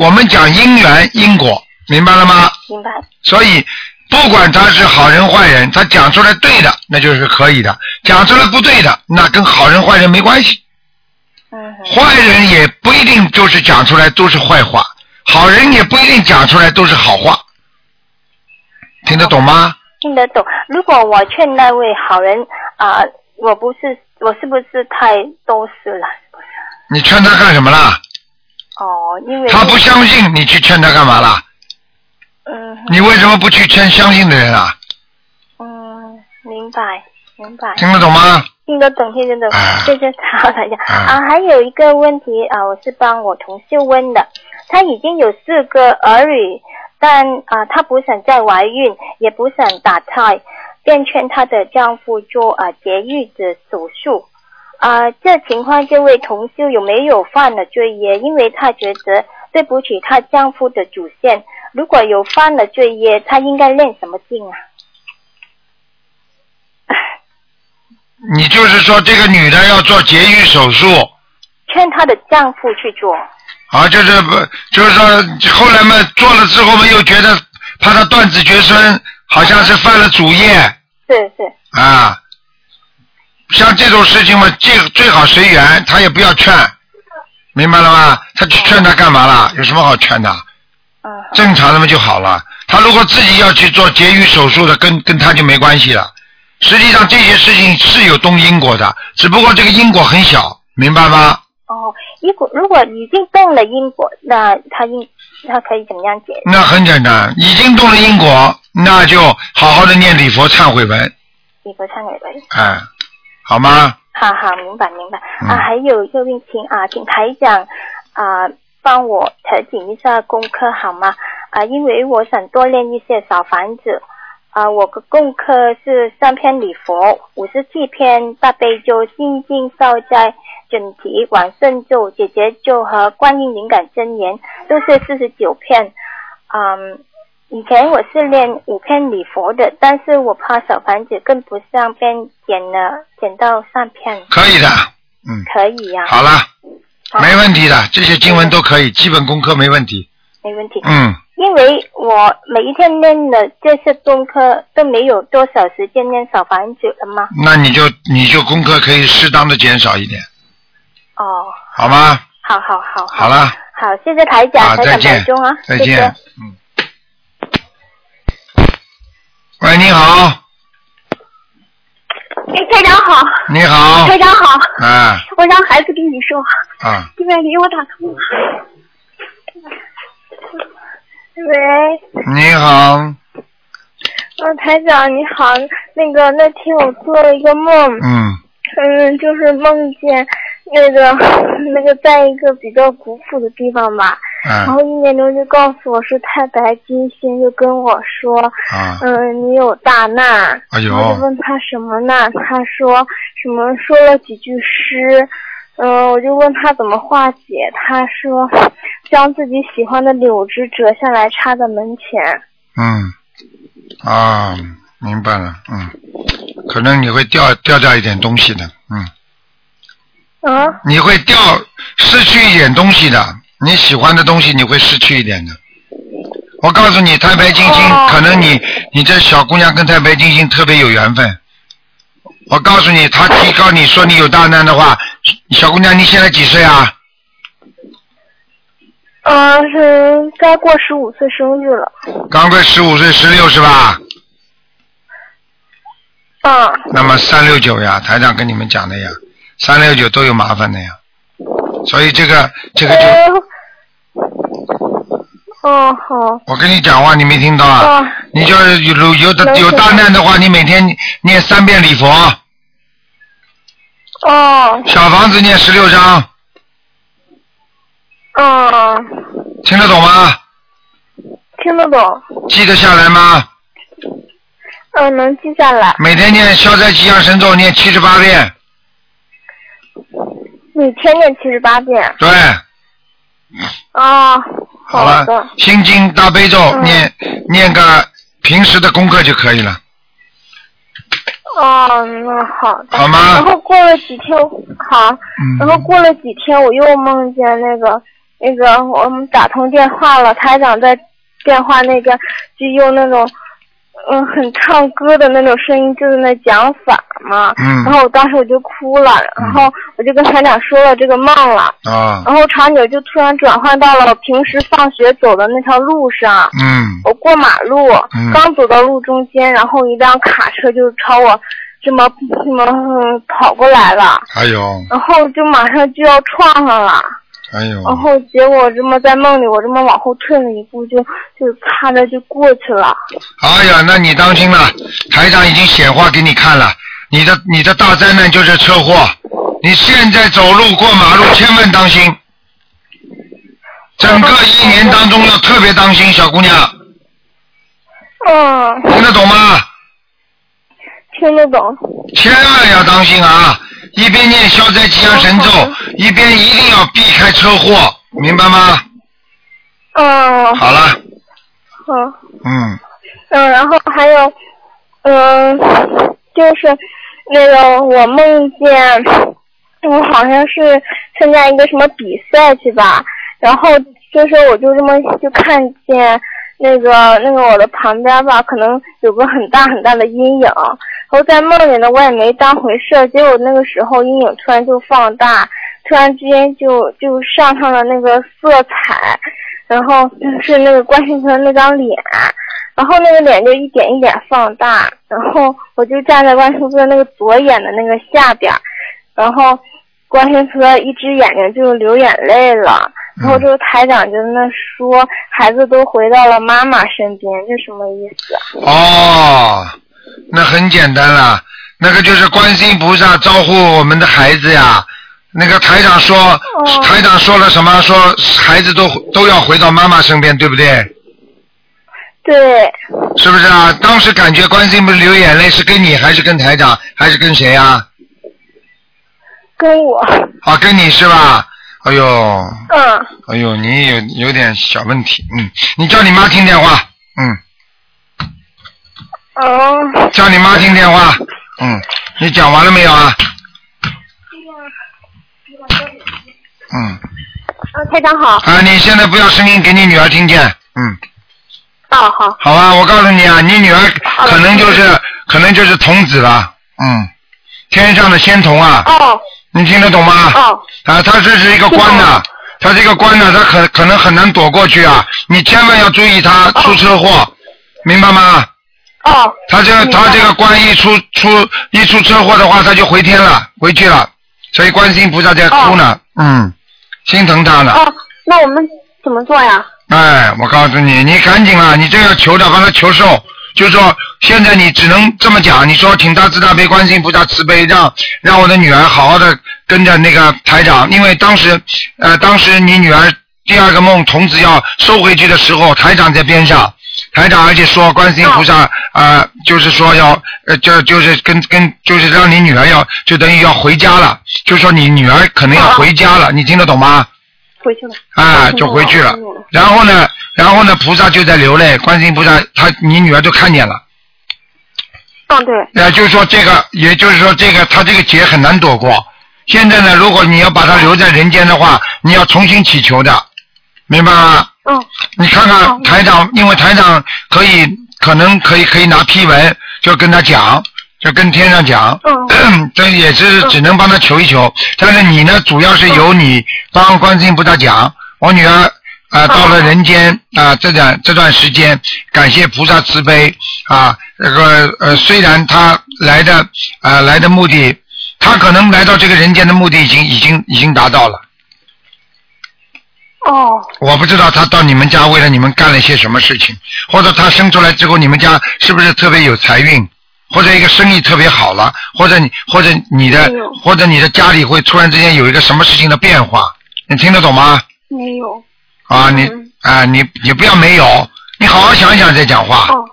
Speaker 2: 我们讲因缘因果，明白了吗？
Speaker 7: 明白，
Speaker 2: 所以不管他是好人坏人，他讲出来对的，那就是可以的；讲出来不对的，那跟好人坏人没关系。
Speaker 7: 嗯哼，
Speaker 2: 坏人也不一定就是讲出来都是坏话，好人也不一定讲出来都是好话。听得懂吗？
Speaker 7: 听得懂。如果我劝那位好人啊、我不是我是不是太多事了？
Speaker 2: 你劝他干什么啦？
Speaker 7: 哦，因为
Speaker 2: 他不相信，你去劝他干嘛啦？
Speaker 7: 嗯哼
Speaker 2: 你为什么不去劝相信的人啊？
Speaker 7: 嗯，明白明白。
Speaker 2: 听得懂吗？
Speaker 7: 听得懂，听得懂
Speaker 2: 啊，
Speaker 7: 这就是好大家
Speaker 2: 啊
Speaker 7: 啊。还有一个问题啊，我是帮我同事问的，他已经有四个儿女，但啊、她不想再怀孕，也不想打胎，便劝她的丈夫做啊、节育的手术。啊、这情况这位同修有没有犯了罪业？因为她觉得对不起她丈夫的祖先，如果有犯了罪业，她应该念什么经啊？
Speaker 2: 你就是说这个女的要做节育手术，
Speaker 7: 劝她的丈夫去做。
Speaker 2: 啊，就是不就是说后来嘛做了之后嘛又觉得怕她断子绝孙，好像是犯了主业
Speaker 7: 是是，
Speaker 2: 啊。像这种事情嘛，最最好随缘，他也不要劝，明白了吗？他去劝他干嘛啦？有什么好劝的？
Speaker 7: 嗯，好
Speaker 2: 正常的嘛就好了。他如果自己要去做节育手术的，跟跟他就没关系了。实际上这些事情是有动因果的，只不过这个因果很小，明白吗？
Speaker 7: 哦，如果如果已经动了因果，那她应她可以怎么样解
Speaker 2: 那很简单，已经动了因果，那就好好的念礼佛忏悔文，
Speaker 7: 一个忏悔文？
Speaker 2: 哎，好吗？
Speaker 7: 好好，明白明白。
Speaker 2: 嗯
Speaker 7: 啊，还有一个问题啊，请台长啊帮我调整一下功课好吗？啊，因为我想多练一些小房子。啊，我的功课是三篇礼佛，五十七篇大悲咒、心经、消灾、准提、往生咒、姐姐咒和观音灵感真言，都是四十九篇。嗯，以前我是练五篇礼佛的，但是我怕小房子跟不上，便减了减到三篇，
Speaker 2: 可以的，嗯，
Speaker 7: 可以呀、
Speaker 2: 好了，
Speaker 7: 好
Speaker 2: 没问题的，这些经文都可以，基本功课没问题。
Speaker 7: 没问题。
Speaker 2: 嗯，
Speaker 7: 因为我每一天练的这些功课都没有多少时间练小房子了嘛。
Speaker 2: 那你就你就功课可以适当的减少一点，
Speaker 7: 哦，
Speaker 2: 好吗？
Speaker 7: 好好好
Speaker 2: 好了，
Speaker 7: 好，谢谢台长，
Speaker 2: 啊，
Speaker 7: 台长保
Speaker 2: 再见
Speaker 7: 重啊，，
Speaker 2: 再
Speaker 7: 谢谢
Speaker 2: 见。，嗯。喂，你好，
Speaker 8: 哎，台长好，哎
Speaker 2: 你好
Speaker 8: 台，长好，
Speaker 2: 啊
Speaker 8: 我让孩子跟你说，
Speaker 2: 啊，
Speaker 8: 这边给我打通了。喂，
Speaker 2: 你好，
Speaker 8: 嗯，台长你好，那个那天我做了一个梦，
Speaker 2: 嗯
Speaker 8: 嗯，就是梦见那个 那个在一个比较古朴的地方吧，然
Speaker 2: 啊
Speaker 8: 后意念中就告诉我是太白金星，就跟我说，
Speaker 2: 啊，
Speaker 8: 嗯，你有大难。然
Speaker 2: 哎
Speaker 8: 后就
Speaker 2: 呦，
Speaker 8: 问他什么呢？他说什么说了几句诗，嗯，我就问他怎么化解，他说将自己喜欢的柳枝折下来插在门前。
Speaker 2: 嗯啊，明白了，嗯，可能你会掉掉掉一点东西的，嗯，
Speaker 8: 嗯，
Speaker 2: 你会掉失去一点东西的，你喜欢的东西你会失去一点的。我告诉你，太白金星、
Speaker 8: 哦
Speaker 2: 可能你你这小姑娘跟太白金星特别有缘分。我告诉你，她提高你说你有大难的话，小姑娘你现在几岁啊？
Speaker 8: 嗯，是该过十五岁生日了。
Speaker 2: 刚过十五岁，十六是吧？
Speaker 8: 嗯，
Speaker 2: 那么三六九呀，台长跟你们讲的呀，三六九都有麻烦的呀。所以这个这个就，
Speaker 8: 哦，好，
Speaker 2: 我跟你讲话，你没听到啊？
Speaker 8: 哦，
Speaker 2: 你就是有有有的
Speaker 8: 能
Speaker 2: 有
Speaker 8: 听
Speaker 2: 大难的话，你每天念三遍礼佛，
Speaker 8: 哦，
Speaker 2: 小房子念十六章，
Speaker 8: 嗯，
Speaker 2: 听得懂吗？
Speaker 8: 听得懂，
Speaker 2: 记得下来吗？
Speaker 8: 嗯，能记下来，
Speaker 2: 每天念消灾吉祥神咒念七十八遍，
Speaker 8: 每天念七十八遍。
Speaker 2: 对，
Speaker 8: 哦，好
Speaker 2: 好了
Speaker 8: 的，，
Speaker 2: 心经大悲咒
Speaker 8: 嗯
Speaker 2: 念念个平时的功课就可以了，
Speaker 8: 哦，那好的。
Speaker 2: 好吗
Speaker 8: 然？后过了几天，好，然后
Speaker 2: 啊嗯，
Speaker 8: 过了几天，我又梦见那个那个我们打通电话了，台长在电话那边就用那种嗯很唱歌的那种声音，就在那讲法嘛。
Speaker 2: 嗯
Speaker 8: 然后我当时我就哭了，然后我就跟台长说了这个梦了，
Speaker 2: 啊，
Speaker 8: 然后场景就突然转换到了平时放学走的那条路上。
Speaker 2: 嗯，
Speaker 8: 我过马路，
Speaker 2: 嗯
Speaker 8: 刚走到路中间，然后一辆卡车就朝我这么这么、嗯跑过来了，
Speaker 2: 还有
Speaker 9: 嗯
Speaker 8: 然后就马上就要撞上了，
Speaker 2: 还有，
Speaker 8: 然后结果这么在梦里，我这么往后退了一步，就就擦着就过去了。
Speaker 2: 哎呀，那你当心了，台长已经显化给你看了，你的你的大灾难就是车祸，你现在走路过马路千万当心，整个一年当中要特别当心，小姑娘，
Speaker 8: 嗯，
Speaker 2: 听得懂吗？
Speaker 8: 听得懂。
Speaker 2: 千万要当心啊！一边念消灾吉祥神咒，一边一定要避开车祸，明白吗？
Speaker 8: 嗯，
Speaker 2: 好了，
Speaker 8: 好。
Speaker 2: 嗯，
Speaker 8: 嗯，然后还有，嗯，就是那个我梦见我好像是参加一个什么比赛去吧，然后就是我就这么就看见那个那个我的旁边吧，可能有个很大很大的阴影，然后在梦里呢我也没当回事儿，结果那个时候阴影突然就放大，突然之间就就上上了那个色彩，然后就是那个关世存那张脸。然后那个脸就一点一点放大，然后我就站在关师傅的那个左眼的那个下边儿，然后关师傅一只眼睛就流眼泪了，
Speaker 2: 嗯
Speaker 8: 然后这个台长就在那说，孩子都回到了妈妈身边，这什么意思啊？
Speaker 2: 哦，那很简单啦，那个就是观世音菩萨招呼我们的孩子呀。那个台长说，
Speaker 8: 哦
Speaker 2: 台长说了什么？说孩子都都要回到妈妈身边，对不对？
Speaker 8: 对，
Speaker 2: 是不是啊？当时感觉观世音不是流眼泪，是跟你还是跟台长还是跟谁啊？
Speaker 8: 跟我，
Speaker 2: 啊，跟你是吧？哎呦，
Speaker 8: 嗯，
Speaker 2: 哎呦，你有有点小问题，嗯，你叫你妈听电话，嗯，
Speaker 3: 哦
Speaker 8: 嗯，
Speaker 2: 叫你妈听电话，嗯，你讲完了没有啊？
Speaker 10: 嗯，
Speaker 2: 嗯，
Speaker 10: 台长好。
Speaker 2: 啊，你现在不要声音给你女儿听见，嗯，
Speaker 10: 哦，好。
Speaker 2: 好吧，我告诉你啊，你女儿可能就是可能就是童子了，嗯，天上的仙童啊，
Speaker 10: 哦
Speaker 2: 你听得懂吗？
Speaker 10: 哦，
Speaker 2: 啊，他这是一个关呐，他这个关呐，他可可能很难躲过去啊，你千万要注意他出车祸，明白吗？
Speaker 10: 哦，
Speaker 2: 他这个他这个关一出出一出车祸的话，他就回天了，回去了，所以观世音菩萨在哭呢，嗯，心疼他呢。
Speaker 10: 哦，那我们怎么做呀？
Speaker 2: 哎，我告诉你，你赶紧啊，你这个求的帮他求寿，就说现在你只能这么讲，你说请大慈大悲观世音菩萨慈悲，让让我的女儿好好的跟着那个台长，因为当时呃当时你女儿第二个梦童子要收回去的时候，台长在边上。台长，而且说观世音菩萨啊、呃就是说要呃，就就是跟跟就是让你女儿要就等于要回家了，就说你女儿可能要回家了，你听得懂吗？
Speaker 10: 回去了。
Speaker 2: 啊，
Speaker 10: 我听
Speaker 2: 就
Speaker 10: 懂
Speaker 2: 回去了
Speaker 10: 我听懂了。
Speaker 2: 然后呢，然后呢，菩萨就在流泪，观世音菩萨，他你女儿就看见了。
Speaker 10: 嗯，对，
Speaker 2: 那呃就是说这个，也就是说这个，他这个劫很难躲过。现在呢，如果你要把他留在人间的话，你要重新祈求的，明白吗？
Speaker 10: 嗯，
Speaker 2: 你看看台长，因为台长可以可能可以可以拿批文，就跟他讲，就跟天上讲， 这也是只能帮他求一求。但是你呢，主要是由你帮观世音菩萨讲，我女儿。啊，到了人间啊、这段这段时间，感谢菩萨慈悲啊，这个呃，虽然他来的啊、来的目的，他可能来到这个人间的目的已经已经已经达到了，
Speaker 10: 哦，
Speaker 2: 我不知道他到你们家为了你们干了些什么事情，或者他生出来之后你们家是不是特别有财运，或者一个生意特别好了，或者你或者你的
Speaker 10: 没有
Speaker 2: 或者你的家里会突然之间有一个什么事情的变化，你听得懂吗？
Speaker 10: 没有。
Speaker 2: 啊，你
Speaker 10: 嗯
Speaker 2: 啊你你不要没有，你好好想一想再讲话，
Speaker 10: 哦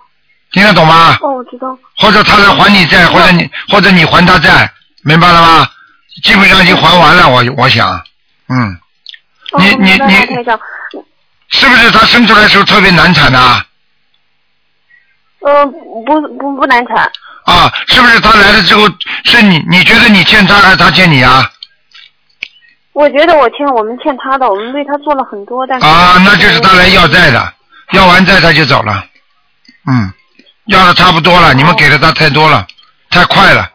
Speaker 2: 听得懂吗？
Speaker 10: 哦，我知道。
Speaker 2: 或者他来还你债，或者你或者你还他债，明白了吗？基本上已经还完了，我我想，嗯，
Speaker 10: 哦，
Speaker 2: 你
Speaker 10: 我明白
Speaker 2: 你
Speaker 10: 了
Speaker 2: 你
Speaker 10: 台长。
Speaker 2: 是不是他生出来的时候特别难产啊？
Speaker 10: 嗯，不不不难产。
Speaker 2: 啊，是不是他来了之后，是你你觉得你欠他还是他欠你啊？
Speaker 10: 我觉得我欠我们欠他的，我们为他做了很多，但是
Speaker 2: 啊，那就是他来要债的，要完债他就走了，嗯，要的差不多了，你们给了他太多了，太快了，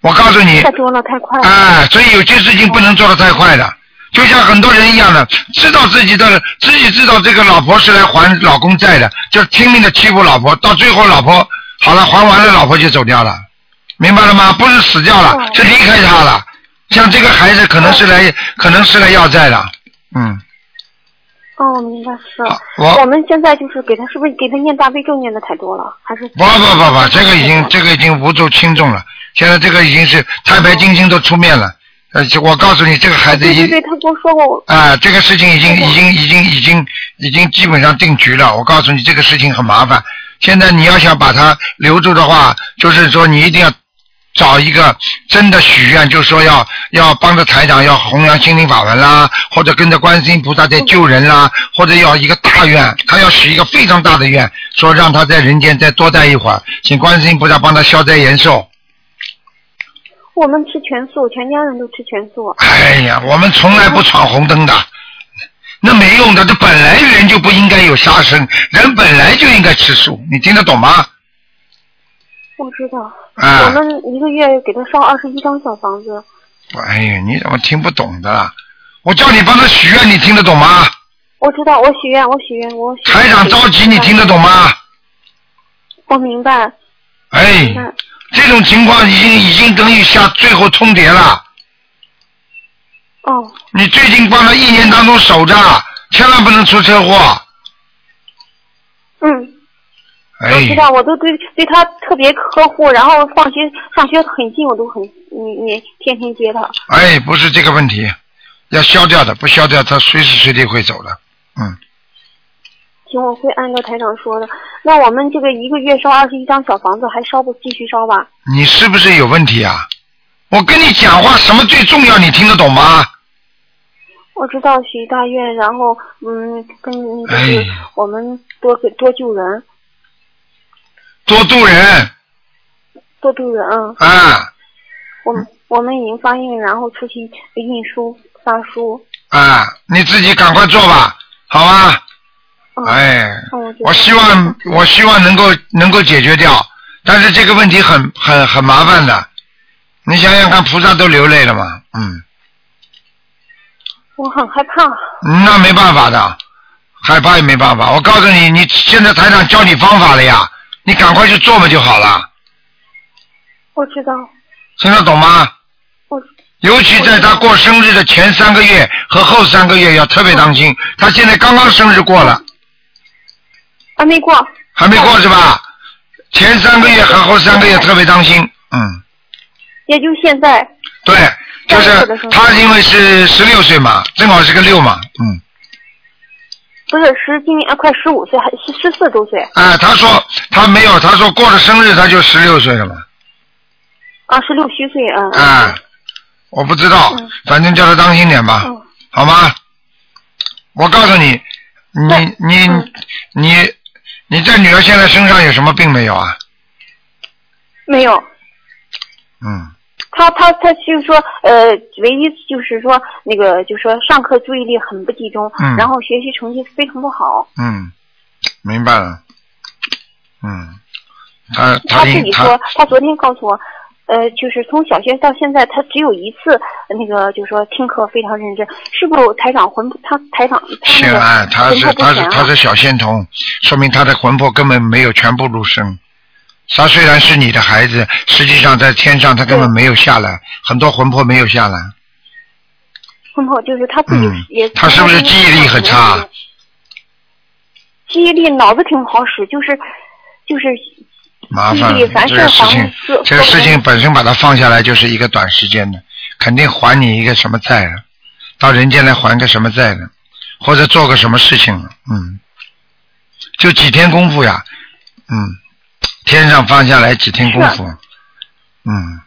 Speaker 2: 我告诉你
Speaker 10: 太，多了，太快了。
Speaker 2: 哎，所以有些事情不能做的太快的，就像很多人一样的，知道自己的自己知道这个老婆是来还老公债的，就拼命的欺负老婆，到最后老婆好了还完了，老婆就走掉了，明白了吗？不是死掉
Speaker 10: 哦
Speaker 2: 了，是离开他了。像这个孩子可能是来可能是来要债的，嗯，
Speaker 10: 哦，明白是。
Speaker 2: 我
Speaker 10: 我们现在就是给他，是不是给他念大悲咒念的太多了，还是？
Speaker 2: 不不不不，这个已
Speaker 10: 哦
Speaker 2: 经这个已经无足轻重了，现在这个已经是太白金星都出面了，而且我告诉你，这个孩子
Speaker 10: 对
Speaker 2: 已
Speaker 10: 对
Speaker 2: 经
Speaker 10: 对，他跟我说过，
Speaker 2: 啊，这个事情已经已经已经已经已经基本上定局了。我告诉你，这个事情很麻烦。现在你要想把它留住的话，就是说你一定要找一个真的许愿，就是说要要帮着台长要弘扬心灵法门啦，或者跟着观世音菩萨在救人啦，或者要一个大愿，他要许一个非常大的愿，说让他在人间再多待一会儿，请观世音菩萨帮他消灾延寿。
Speaker 1: 我们吃全素，全家人都吃全素。
Speaker 2: 哎呀，我们从来不闯红灯的，那没用的。这本来人就不应该有杀生，人本来就应该吃素，你听得懂吗？
Speaker 1: 我知道，
Speaker 2: 啊
Speaker 1: 我们一个月给他烧二十一张小房子。
Speaker 2: 哎呀，你怎么听不懂的啦？我叫你帮他许愿，你听得懂吗？
Speaker 1: 我知道，我许愿，我许愿，我许愿。
Speaker 2: 台长着急，你听得懂吗？
Speaker 1: 我明白，
Speaker 2: 哎，这种情况已经已经等于下最后通牒了。
Speaker 1: 哦。
Speaker 2: 你最近帮他一年当中守着，千万不能出车祸。
Speaker 1: 嗯，我
Speaker 2: 哎
Speaker 1: 知，道，我都对对他特别呵护，然后放学上学很近，我都很你你天天接他。
Speaker 2: 哎，不是这个问题，要消掉的，不消掉他随时随地会走的。
Speaker 1: 行，我会按照台长说的。那我们这个一个月烧二十一张小房子，还烧不继续烧吧？
Speaker 2: 你是不是有问题啊？我跟你讲话，什么最重要？你听得懂吗？
Speaker 1: 我知道许大愿，然后嗯，跟就
Speaker 2: 哎
Speaker 1: 是我们多给多救人，
Speaker 2: 多度人
Speaker 1: 多救人啊！
Speaker 2: 啊
Speaker 1: 我们我们已经发印，然后出去印书发书。
Speaker 2: 啊！你自己赶快做吧，好吧？哎，
Speaker 1: 嗯，我觉得
Speaker 2: 我希望我希望能够能够解决掉，但是这个问题很很很麻烦的。你想想看，菩萨都流泪了嘛，嗯，
Speaker 1: 我很害怕。
Speaker 2: 那没办法的，害怕也没办法。我告诉你，你现在台长教你方法了呀，你赶快去做不就好了？
Speaker 1: 我知道，
Speaker 2: 听得懂吗
Speaker 1: 我？
Speaker 2: 尤其在他过生日的前三个月和后三个月要特别当心。他现在刚刚生日过了，
Speaker 1: 还没过。
Speaker 2: 还没过是吧？前三个月和后三个月特别当心。嗯，
Speaker 1: 也就现在。
Speaker 2: 对，就
Speaker 1: 三月份的时
Speaker 2: 是
Speaker 1: 候
Speaker 2: 他因为是十六岁嘛，正好是个六嘛。嗯，
Speaker 1: 不是十，今年啊快十五岁，还十十四周岁
Speaker 2: 啊，他说他没有，他说过了生日他就十六岁了嘛。
Speaker 1: 啊，十六虚岁啊。
Speaker 2: 啊，我不知道
Speaker 1: 嗯，
Speaker 2: 反正叫他当心点吧。
Speaker 1: 嗯
Speaker 2: 好吗？我告诉你，你你、
Speaker 1: 嗯
Speaker 2: 你你这女儿现在身上有什么病没有啊？
Speaker 1: 没有，
Speaker 2: 嗯，
Speaker 1: 他他他就是说，呃，唯一就是说那个，就是说上课注意力很不集中，
Speaker 2: 嗯
Speaker 1: 然后学习成绩非常不好。
Speaker 2: 嗯，明白了。嗯，他
Speaker 1: 他自
Speaker 2: 应
Speaker 1: 己
Speaker 2: 他
Speaker 1: 说，他昨天告诉我，呃，就是从小学到现在，他只有一次那个，就是说听课非常认真，是不是台长魂不？他台长他
Speaker 2: 是
Speaker 1: 那
Speaker 2: 啊，
Speaker 1: 个
Speaker 2: 他
Speaker 1: 魂
Speaker 2: 是
Speaker 1: 魄
Speaker 2: 他
Speaker 1: 不
Speaker 2: 是
Speaker 1: 全
Speaker 2: 他
Speaker 1: 啊
Speaker 2: 是小仙童，说明他的魂魄根本没有全部入生。他虽然是你的孩子，实际上在天上他根本没有下来，很多魂魄没有下来。
Speaker 1: 魂魄就是他自己
Speaker 2: 嗯
Speaker 1: 也。
Speaker 2: 他是不是记忆力很差？
Speaker 1: 记忆力脑子挺不好使，就是就是
Speaker 2: 麻烦
Speaker 1: 弟弟凡
Speaker 2: 这
Speaker 1: 事
Speaker 2: 个事情
Speaker 1: 防自，
Speaker 2: 这个事
Speaker 1: 防
Speaker 2: 情本身把它放下来就是一个短时间的，肯定还你一个什么债啊？到人间来还个什么债呢？或者做个什么事情了？嗯，就几天功夫呀，嗯，天上放下来几天功夫，
Speaker 1: 啊
Speaker 2: 嗯，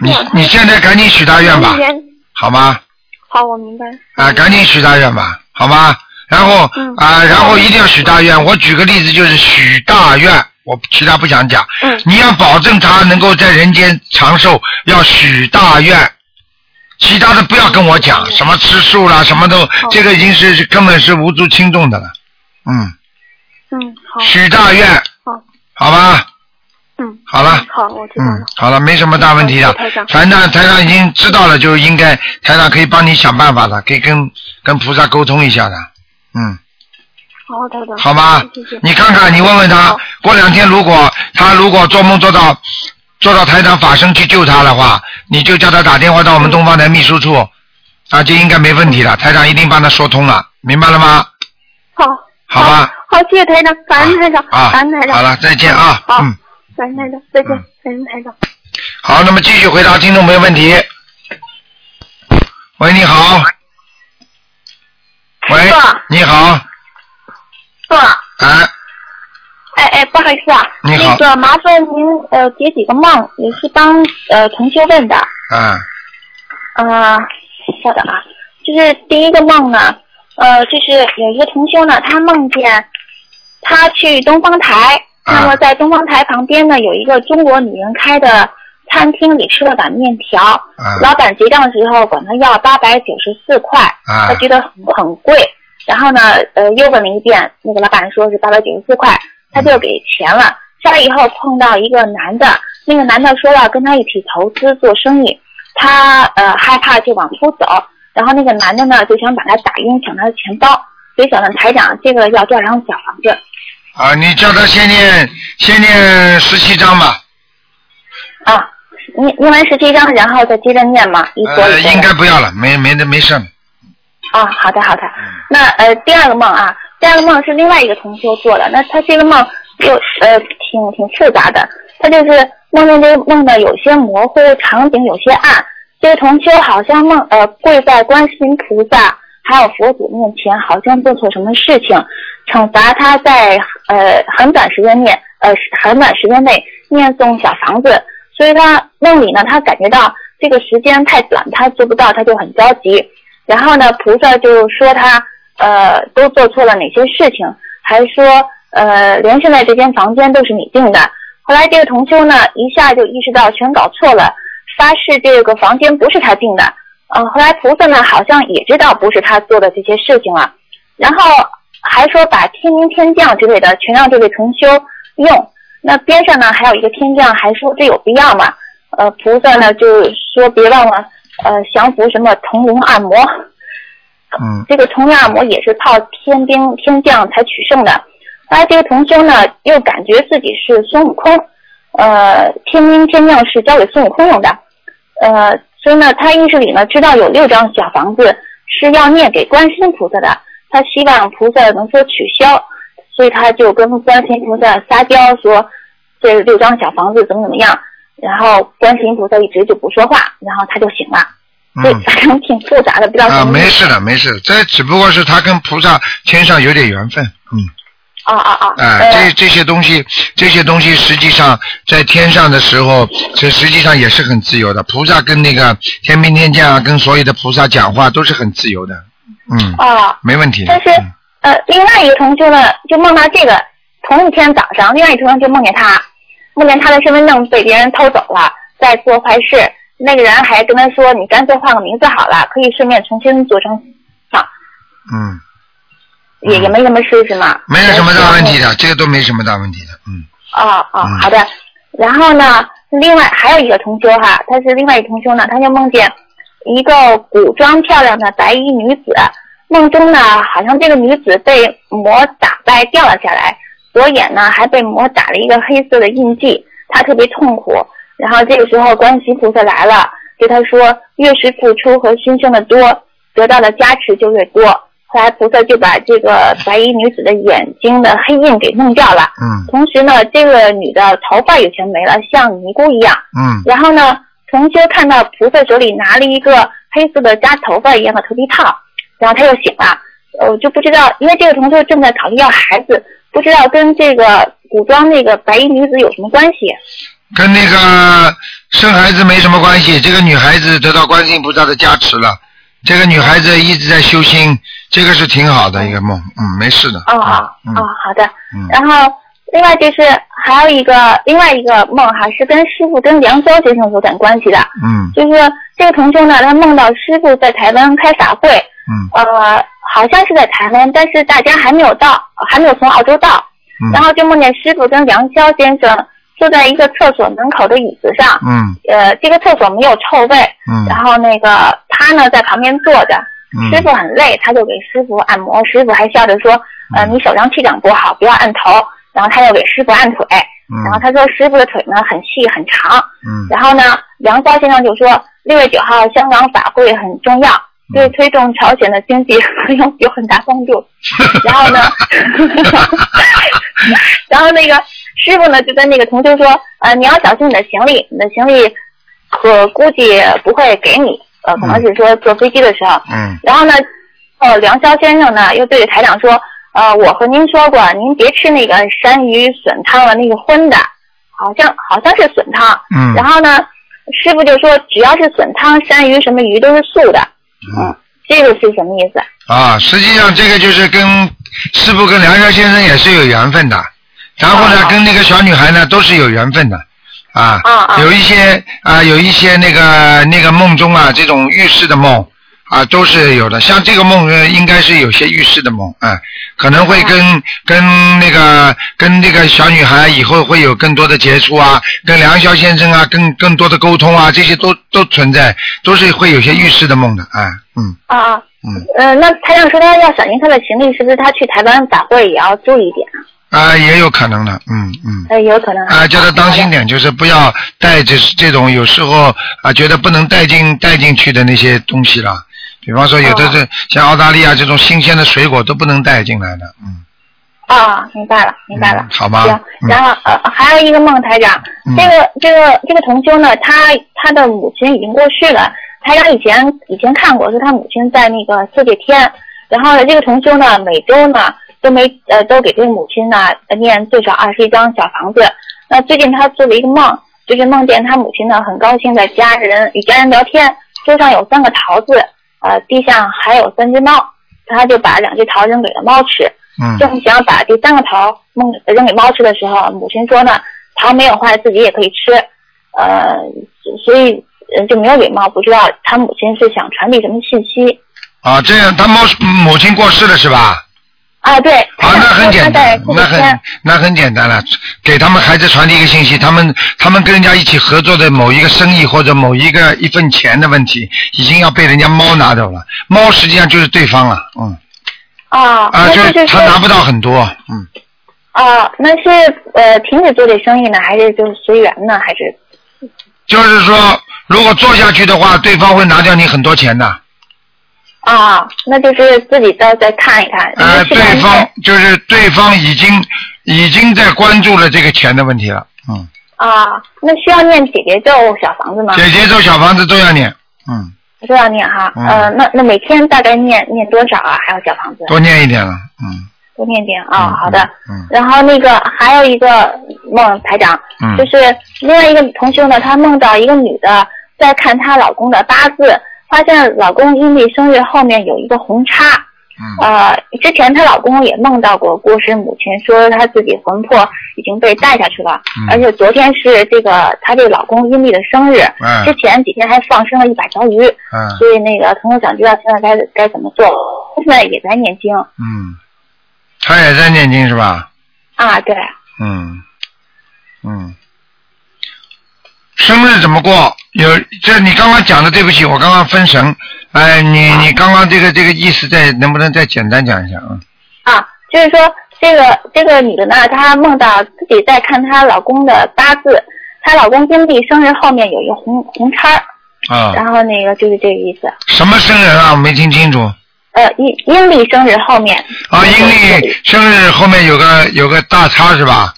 Speaker 2: 你
Speaker 1: 是啊
Speaker 2: 你现在赶紧许大愿吧
Speaker 1: 一，年
Speaker 2: 好吗？
Speaker 1: 好，我明白。
Speaker 2: 啊，赶紧许大愿吧，好吗？然后
Speaker 1: 嗯
Speaker 2: 啊，然后一定要许大愿。我举个例子，就是许大愿，我其他不想讲。
Speaker 1: 嗯
Speaker 2: 你要保证他能够在人间长寿，要许大愿。其他的不要跟我
Speaker 1: 嗯
Speaker 2: 讲，什么吃素啦，什么都，这个已经是是根本是无足轻重的了。嗯，
Speaker 1: 嗯，好，
Speaker 2: 许大愿，
Speaker 1: 好，
Speaker 2: 好吧，
Speaker 1: 嗯，
Speaker 2: 好了。
Speaker 1: 好，我知道了
Speaker 2: 嗯。，好了，没什么大问题的
Speaker 1: 好台。长
Speaker 2: 台长，台长已经知道了，就应该台长可以帮你想办法的，可以跟跟菩萨沟通一下的。嗯，
Speaker 1: 好，台长。
Speaker 2: 好吗
Speaker 1: 谢谢？
Speaker 2: 你看看，你问问他
Speaker 1: 好，
Speaker 2: 过两天如果他如果做梦做到做到台长法身去救他的话，你就叫他打电话到我们东方台秘书处，啊，就应该没问题
Speaker 1: 嗯
Speaker 2: 了。台长一定帮他说通了，明白了吗？
Speaker 1: 好，
Speaker 2: 好吧，
Speaker 1: 好，谢谢台长，感恩台长，
Speaker 2: 啊
Speaker 1: 感恩台，长。
Speaker 2: 好了，再见啊。
Speaker 1: 好
Speaker 2: 嗯，
Speaker 1: 感恩台长，再见
Speaker 2: 嗯，
Speaker 1: 感恩台长。
Speaker 2: 好，那么继续回答听众朋友问题。喂，你好。喂
Speaker 1: 师，傅
Speaker 2: 你好，
Speaker 1: 对，
Speaker 2: 哎，
Speaker 1: 哎哎，不
Speaker 9: 好意思啊，
Speaker 2: 你好
Speaker 9: 那个麻烦您呃解几个梦，也是帮呃同修问的。
Speaker 2: 啊，
Speaker 9: 呃，稍等啊，就是第一个梦呢，呃，就是有一个同修呢，他梦见他去东方台，
Speaker 2: 啊
Speaker 9: 那么在东方台旁边呢有一个中国女人开的餐厅里吃了碗面条，
Speaker 2: 啊
Speaker 9: 老板结账的时候管他要八百九十四块，
Speaker 3: 啊
Speaker 9: 他觉得很很贵，然后呢，呃，又问了一遍，那个老板说是八百九十四块，他就给钱了。下来以后碰到一个男的，那个男的说要跟他一起投资做生意，他呃害怕就往出走，然后那个男的呢就想把他打晕，抢他的钱包，所以想问台长，这个要多少张小房子？
Speaker 2: 啊，你叫他先念先念十七章吧，
Speaker 9: 啊，念念完十七张，然后再接着念嘛，一波
Speaker 2: 呃，
Speaker 9: 一波的
Speaker 2: 应该不要了，没没没事了。
Speaker 9: 啊，好的好的。那呃，第二个梦啊，第二个梦是另外一个同修做的。那他这个梦又呃挺挺复杂的，他就是梦见这个梦呢有些模糊，场景有些暗。这个同修好像梦呃跪在观世音菩萨还有佛祖面前，好像做错什么事情，惩罚他在呃很短时间内呃很短时间内念诵小房子。所以他梦里呢，他感觉到这个时间太短，他做不到，他就很着急。然后呢，菩萨就说他呃都做错了哪些事情，还说呃连现在这间房间都是你订的。后来这个同修呢一下就意识到全搞错了，发誓这个房间不是他订的。呃，后来菩萨呢好像也知道不是他做的这些事情了，然后还说把天兵天将之类的全让这位同修用。那边上呢还有一个天将还说这有必要吗？呃，菩萨呢就说别忘了呃降服什么铜龙按摩。
Speaker 2: 嗯
Speaker 9: 这个同样按摩也是靠天兵天将才取胜的。后来这个同修呢，又感觉自己是孙悟空，呃，天兵天将是交给孙悟空用的，呃，所以呢，他意识里呢知道有六张小房子是要念给观世音菩萨的，他希望菩萨能说取消，所以他就跟观世音菩萨撒娇说这六张小房子怎么怎么样，然后观世音菩萨一直就不说话，然后他就醒了。对，
Speaker 2: 嗯
Speaker 9: 反正挺复杂的，不知道
Speaker 2: 啊，
Speaker 9: 怎么
Speaker 2: 没事的，没事的，这只不过是他跟菩萨天上有点缘分，嗯。
Speaker 9: 啊啊啊！
Speaker 2: 啊、这这些东西，这些东西实际上在天上的时候，这实际上也是很自由的。菩萨跟那个天兵天将啊，跟所有的菩萨讲话都是很自由的，嗯，
Speaker 9: 啊，
Speaker 2: 没问题的。
Speaker 9: 但是呃，另外一个同修呢，就梦到这个，同一天早上，另外一个同修就梦见他，梦见他的身份证被别人偷走了，在做坏事。那个人还跟他说：“你干脆换个名字好了，可以顺便重新做成，
Speaker 2: 嗯，
Speaker 9: 也也没什么事是吗？”
Speaker 2: 没有什么大问题的，这个都没什么大问题的，嗯。
Speaker 9: 哦哦，好的。然后呢，另外还有一个同修哈，他是另外一个同修呢，他就梦见一个古装漂亮的白衣女子，梦中呢好像这个女子被魔打败掉了下来，左眼呢还被魔打了一个黑色的印记，她特别痛苦。然后这个时候观世音菩萨来了，对她说：“越是付出和牺牲的多，得到的加持就越多。”后来菩萨就把这个白衣女子的眼睛的黑印给弄掉了。
Speaker 2: 嗯
Speaker 9: 同时呢，这个女的头发也全没了，像尼姑一样。
Speaker 2: 嗯
Speaker 9: 然后呢，同修看到菩萨手里拿了一个黑色的扎头发一样的头皮套，然后他又醒了。呃我就不知道，因为这个同修正在考虑要孩子，不知道跟这个古装那个白衣女子有什么关系。
Speaker 2: 跟那个生孩子没什么关系，这个女孩子得到观世音菩萨的加持了，这个女孩子一直在修心，这个是挺好的一个梦，嗯，没事的。
Speaker 9: 哦哦
Speaker 2: 嗯
Speaker 9: 哦，好的。
Speaker 2: 嗯
Speaker 9: 然后另外就是还有一个另外一个梦哈，是跟师傅跟梁霄先生有点关系的。
Speaker 2: 嗯
Speaker 9: 就是这个同修呢，他梦到师傅在台湾开法会，
Speaker 2: 嗯
Speaker 9: 呃，好像是在台湾，但是大家还没有到，还没有从澳洲到。
Speaker 2: 嗯
Speaker 9: 然后就梦见师傅跟梁霄先生坐在一个厕所门口的椅子上，
Speaker 2: 嗯
Speaker 9: 呃，这个厕所没有臭味。
Speaker 2: 嗯
Speaker 9: 然后那个他呢在旁边坐着，
Speaker 2: 嗯
Speaker 9: 师傅很累，他就给师傅按摩，师傅还笑着说，
Speaker 2: 嗯
Speaker 9: 呃，你手上气场不好，不要按头。然后他又给师傅按腿，
Speaker 2: 嗯
Speaker 9: 然后他说师傅的腿呢很细很长，
Speaker 2: 嗯
Speaker 9: 然后呢，梁霄先生就说，六月九号香港法会很重要，
Speaker 2: 嗯
Speaker 9: 对推动朝鲜的经济会有有很大帮 助。然后呢， 然后那个师傅呢就跟那个同修说，呃，你要小心你的行李，你的行李可估计不会给你，呃，可能是说坐飞机的时候。
Speaker 2: 嗯
Speaker 9: 哦然后呢，呃，梁霄先生呢又对着台长说，呃，我和您说过，您别吃那个山鱼笋汤了，那个荤的，好像好像是笋汤。
Speaker 2: 嗯
Speaker 9: 然后呢，师傅就说，只要是笋汤、山鱼什么鱼都是素的。嗯。这个是什么意思？
Speaker 2: 啊，实际上这个就是跟师傅跟梁山先生也是有缘分的，然后呢，跟那个小女孩呢都是有缘分的，啊，有一些啊，有一些那个那个梦中啊，这种预示的梦啊，都是有的。像这个梦呃应该是有些预示的梦，啊，可能会跟、跟那个跟那个小女孩以后会有更多的接触啊，跟梁霄先生啊，更更多的沟通啊，这些都都存在，都是会有些预示的梦的，啊，嗯。
Speaker 9: 啊啊。
Speaker 2: 嗯。
Speaker 9: 呃，那台长说他要小心他的行李，是不是他去台湾法会也要注意点啊？
Speaker 2: 啊，也有可能的，嗯嗯。
Speaker 9: 呃，有可能。
Speaker 2: 啊，叫他当心点，就是不要带这这种有时候啊觉得不能带进带进去的那些东西了，比方说有的
Speaker 9: 哦
Speaker 2: 是像澳大利亚这种新鲜的水果都不能带进来的，嗯，
Speaker 9: 啊，明白了，明白了。
Speaker 2: 好吗？
Speaker 9: 行，然后呃，还有一个梦，台长，
Speaker 2: 嗯
Speaker 9: 这个这个这个同修呢，他他的母亲已经过世了，台长以前以前看过，是他母亲在那个四界天，然后呢，这个同修呢，每周呢都没呃都给这个母亲呢呃念最少二十一张小房子，那最近他做了一个梦，就是梦见他母亲呢很高兴在家人与家人聊天，桌上有三个桃子，呃，地上还有三只猫，他就把两只桃扔给了猫吃。
Speaker 2: 嗯
Speaker 9: 正想把第三个桃梦扔给猫吃的时候，母亲说呢，桃没有坏，自己也可以吃，呃，所以呃就没有给猫。不知道他母亲是想传递什么信息
Speaker 2: 啊，这样他猫母亲过世了是吧？
Speaker 9: 啊？对，
Speaker 2: 啊，那很简单
Speaker 9: 他，
Speaker 2: 那
Speaker 9: 在
Speaker 2: 很那很简单了，给他们孩子传递一个信息，他们他们跟人家一起合作的某一个生意或者某一个一份钱的问题，已经要被人家猫拿走了，猫实际上就是对方了，嗯。
Speaker 9: 啊，
Speaker 2: 啊，
Speaker 9: 那
Speaker 2: 就
Speaker 9: 这
Speaker 2: 是
Speaker 9: 是
Speaker 2: 他拿不到很多，嗯，
Speaker 9: 啊，那是呃停止做这生意呢，还是就是随缘呢，还是
Speaker 2: 就是说如果做下去的话，对方会拿掉你很多钱的。
Speaker 9: 啊？那就是自己再再看一看。
Speaker 2: 呃，对方就是对方已经已经在关注了这个钱的问题了，嗯，
Speaker 9: 啊，那需要念姐姐咒小房子吗？
Speaker 2: 姐姐咒小房子都要念，嗯，
Speaker 9: 都要念哈。
Speaker 2: 嗯
Speaker 9: 呃，那那每天大概念念多少啊？还有小房子？
Speaker 2: 多念一点了，嗯，
Speaker 9: 多念点啊、好的。
Speaker 2: 嗯
Speaker 9: 然后那个还有一个梦，台长，
Speaker 2: 嗯
Speaker 9: 就是另外一个同修呢，她梦到一个女的在看她老公的八字，发现老公阴历生日后面有一个红叉。
Speaker 2: 嗯
Speaker 9: 呃，之前她老公也梦到过过世母亲，说她自己魂魄已经被带下去了，
Speaker 3: 嗯
Speaker 9: 而且昨天是这个她这个老公阴历的生日，
Speaker 3: 嗯
Speaker 9: 之前几天还放生了一百条鱼，
Speaker 2: 嗯
Speaker 9: 所以那个同学想知道现在该该怎么做，她现在也在念经
Speaker 2: 嗯，他也在念经是吧？
Speaker 9: 啊，对，
Speaker 2: 嗯，嗯，生日怎么过？有这你刚刚讲的，对不起，我刚刚分神。哎，你你刚刚这个这个意思再能不能再简单讲一下啊？
Speaker 9: 啊，就是说这个这个女的呢，她梦到自己在看她老公的八字，她老公阴历生日后面有一个红红叉儿，
Speaker 2: 啊，
Speaker 9: 然后那个就是这个意思。
Speaker 2: 什么生日啊？我没听清楚。
Speaker 9: 呃，阴阴历生日后面
Speaker 2: 啊，阴历生日后面有个有个大叉是吧？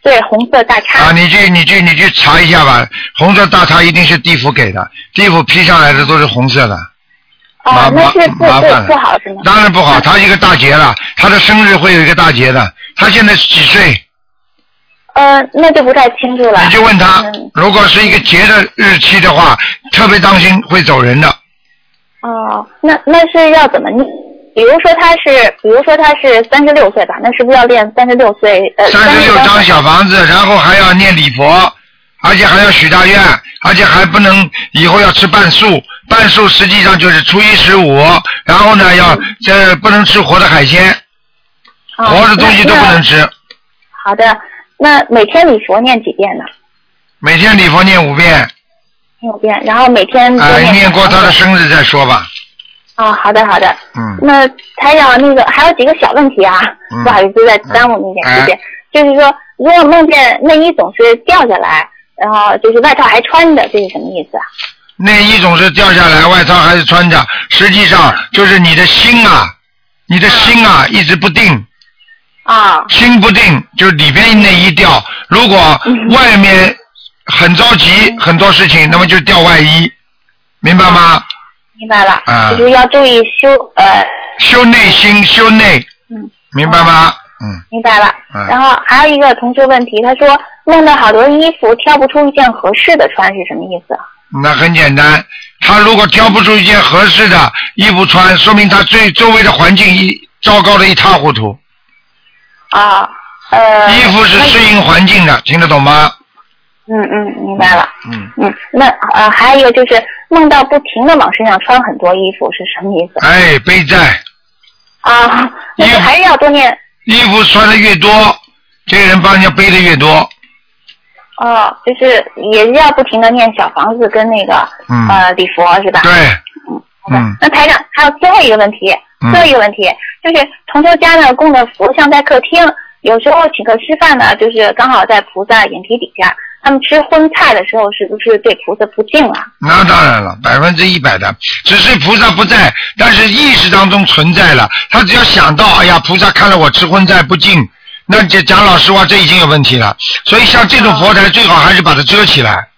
Speaker 9: 对红色大叉。
Speaker 2: 啊，你去你去你去查一下吧，红色大叉一定是地府给的，地府批上来的都是红色的。
Speaker 9: 啊，
Speaker 2: 麻
Speaker 9: 那
Speaker 2: 麻
Speaker 9: 是不
Speaker 2: 麻烦
Speaker 9: 不
Speaker 2: 了
Speaker 9: 不好是吗？嗯
Speaker 2: 当然不好，他一个大劫了，他的生日会有一个大劫的。他现在几岁？
Speaker 9: 呃，那就不太清楚了。
Speaker 2: 你就问他
Speaker 9: 嗯，
Speaker 2: 如果是一个节的日期的话，特别当心会走人的。
Speaker 9: 哦，那那是要怎么念？比如说他是，比如说他是三十六岁吧，那是不是要练三十六岁？呃，
Speaker 2: 三十六张小房子，然后还要念礼佛，而且还要许大愿，而且还不能以后要吃半素。半素实际上就是初一十五，然后呢要这不能吃活的海鲜，
Speaker 9: 啊
Speaker 2: 活的东西都不
Speaker 9: 那
Speaker 2: 能吃。
Speaker 9: 好的，那每天礼佛念几遍呢？
Speaker 2: 每天礼佛念五遍，
Speaker 9: 六遍，然后每天都
Speaker 2: 哎、
Speaker 9: 念。哦
Speaker 2: 念过他的生日再说吧。
Speaker 9: 啊、好的好的。
Speaker 2: 嗯。
Speaker 9: 那台长那个还有几个小问题啊，
Speaker 2: 嗯
Speaker 9: 不好意思再耽误你一点时间。
Speaker 2: 哎
Speaker 9: 就是说，如果梦见内衣总是掉下来，然后就是外套还穿着，这是什么意思啊？
Speaker 2: 内衣总是掉下来，外套还是穿着，实际上就是你的心啊，你的心啊一直不定。
Speaker 9: 嗯啊。
Speaker 2: 心不定，就是里边内衣掉。如果
Speaker 9: 嗯
Speaker 2: 外面很着急，很多事情，那么就掉外衣，明白吗？
Speaker 9: 嗯明白了，
Speaker 2: 啊
Speaker 9: 就是要注意修呃
Speaker 2: 修内心，修内。
Speaker 9: 嗯。
Speaker 2: 明白吗？嗯，
Speaker 9: 明白了。
Speaker 2: 嗯
Speaker 9: 然后还有一个同学问题，他说弄了好多衣服，挑不出一件合适的穿，是什么意思？
Speaker 2: 那很简单，他如果挑不出一件合适的衣服穿，说明他最周围的环境一糟糕的一塌糊涂。
Speaker 9: 啊，呃，
Speaker 2: 衣服是适应环境的，听得懂吗？
Speaker 9: 嗯嗯，明白了。
Speaker 2: 嗯，
Speaker 9: 嗯，那呃，还有一个就是梦到不停的往身上穿很多衣服是什么意思？
Speaker 2: 哎，背债，
Speaker 9: 啊，那就还是要多念
Speaker 2: 衣服穿的越多，这个人帮人家背的越多。
Speaker 9: 哦，就是也是要不停的念小房子跟那个、
Speaker 2: 嗯
Speaker 9: 呃礼佛是吧？
Speaker 2: 对，嗯，
Speaker 9: 那台长还有最后一个问题，
Speaker 2: 嗯
Speaker 9: 最后一个问题就是同修家呢供的佛像在客厅，有时候请客吃饭呢，就是刚好在菩萨眼皮底下，他们吃荤菜的时候是不是对菩萨不敬啊？
Speaker 2: 那当然了，百分之一百的，只是菩萨不在，但是意识当中存在了。他只要想到，哎呀，菩萨看了我吃荤菜不敬，那这讲老实话，这已经有问题了。所以像这种佛台，最好还是把它遮起来。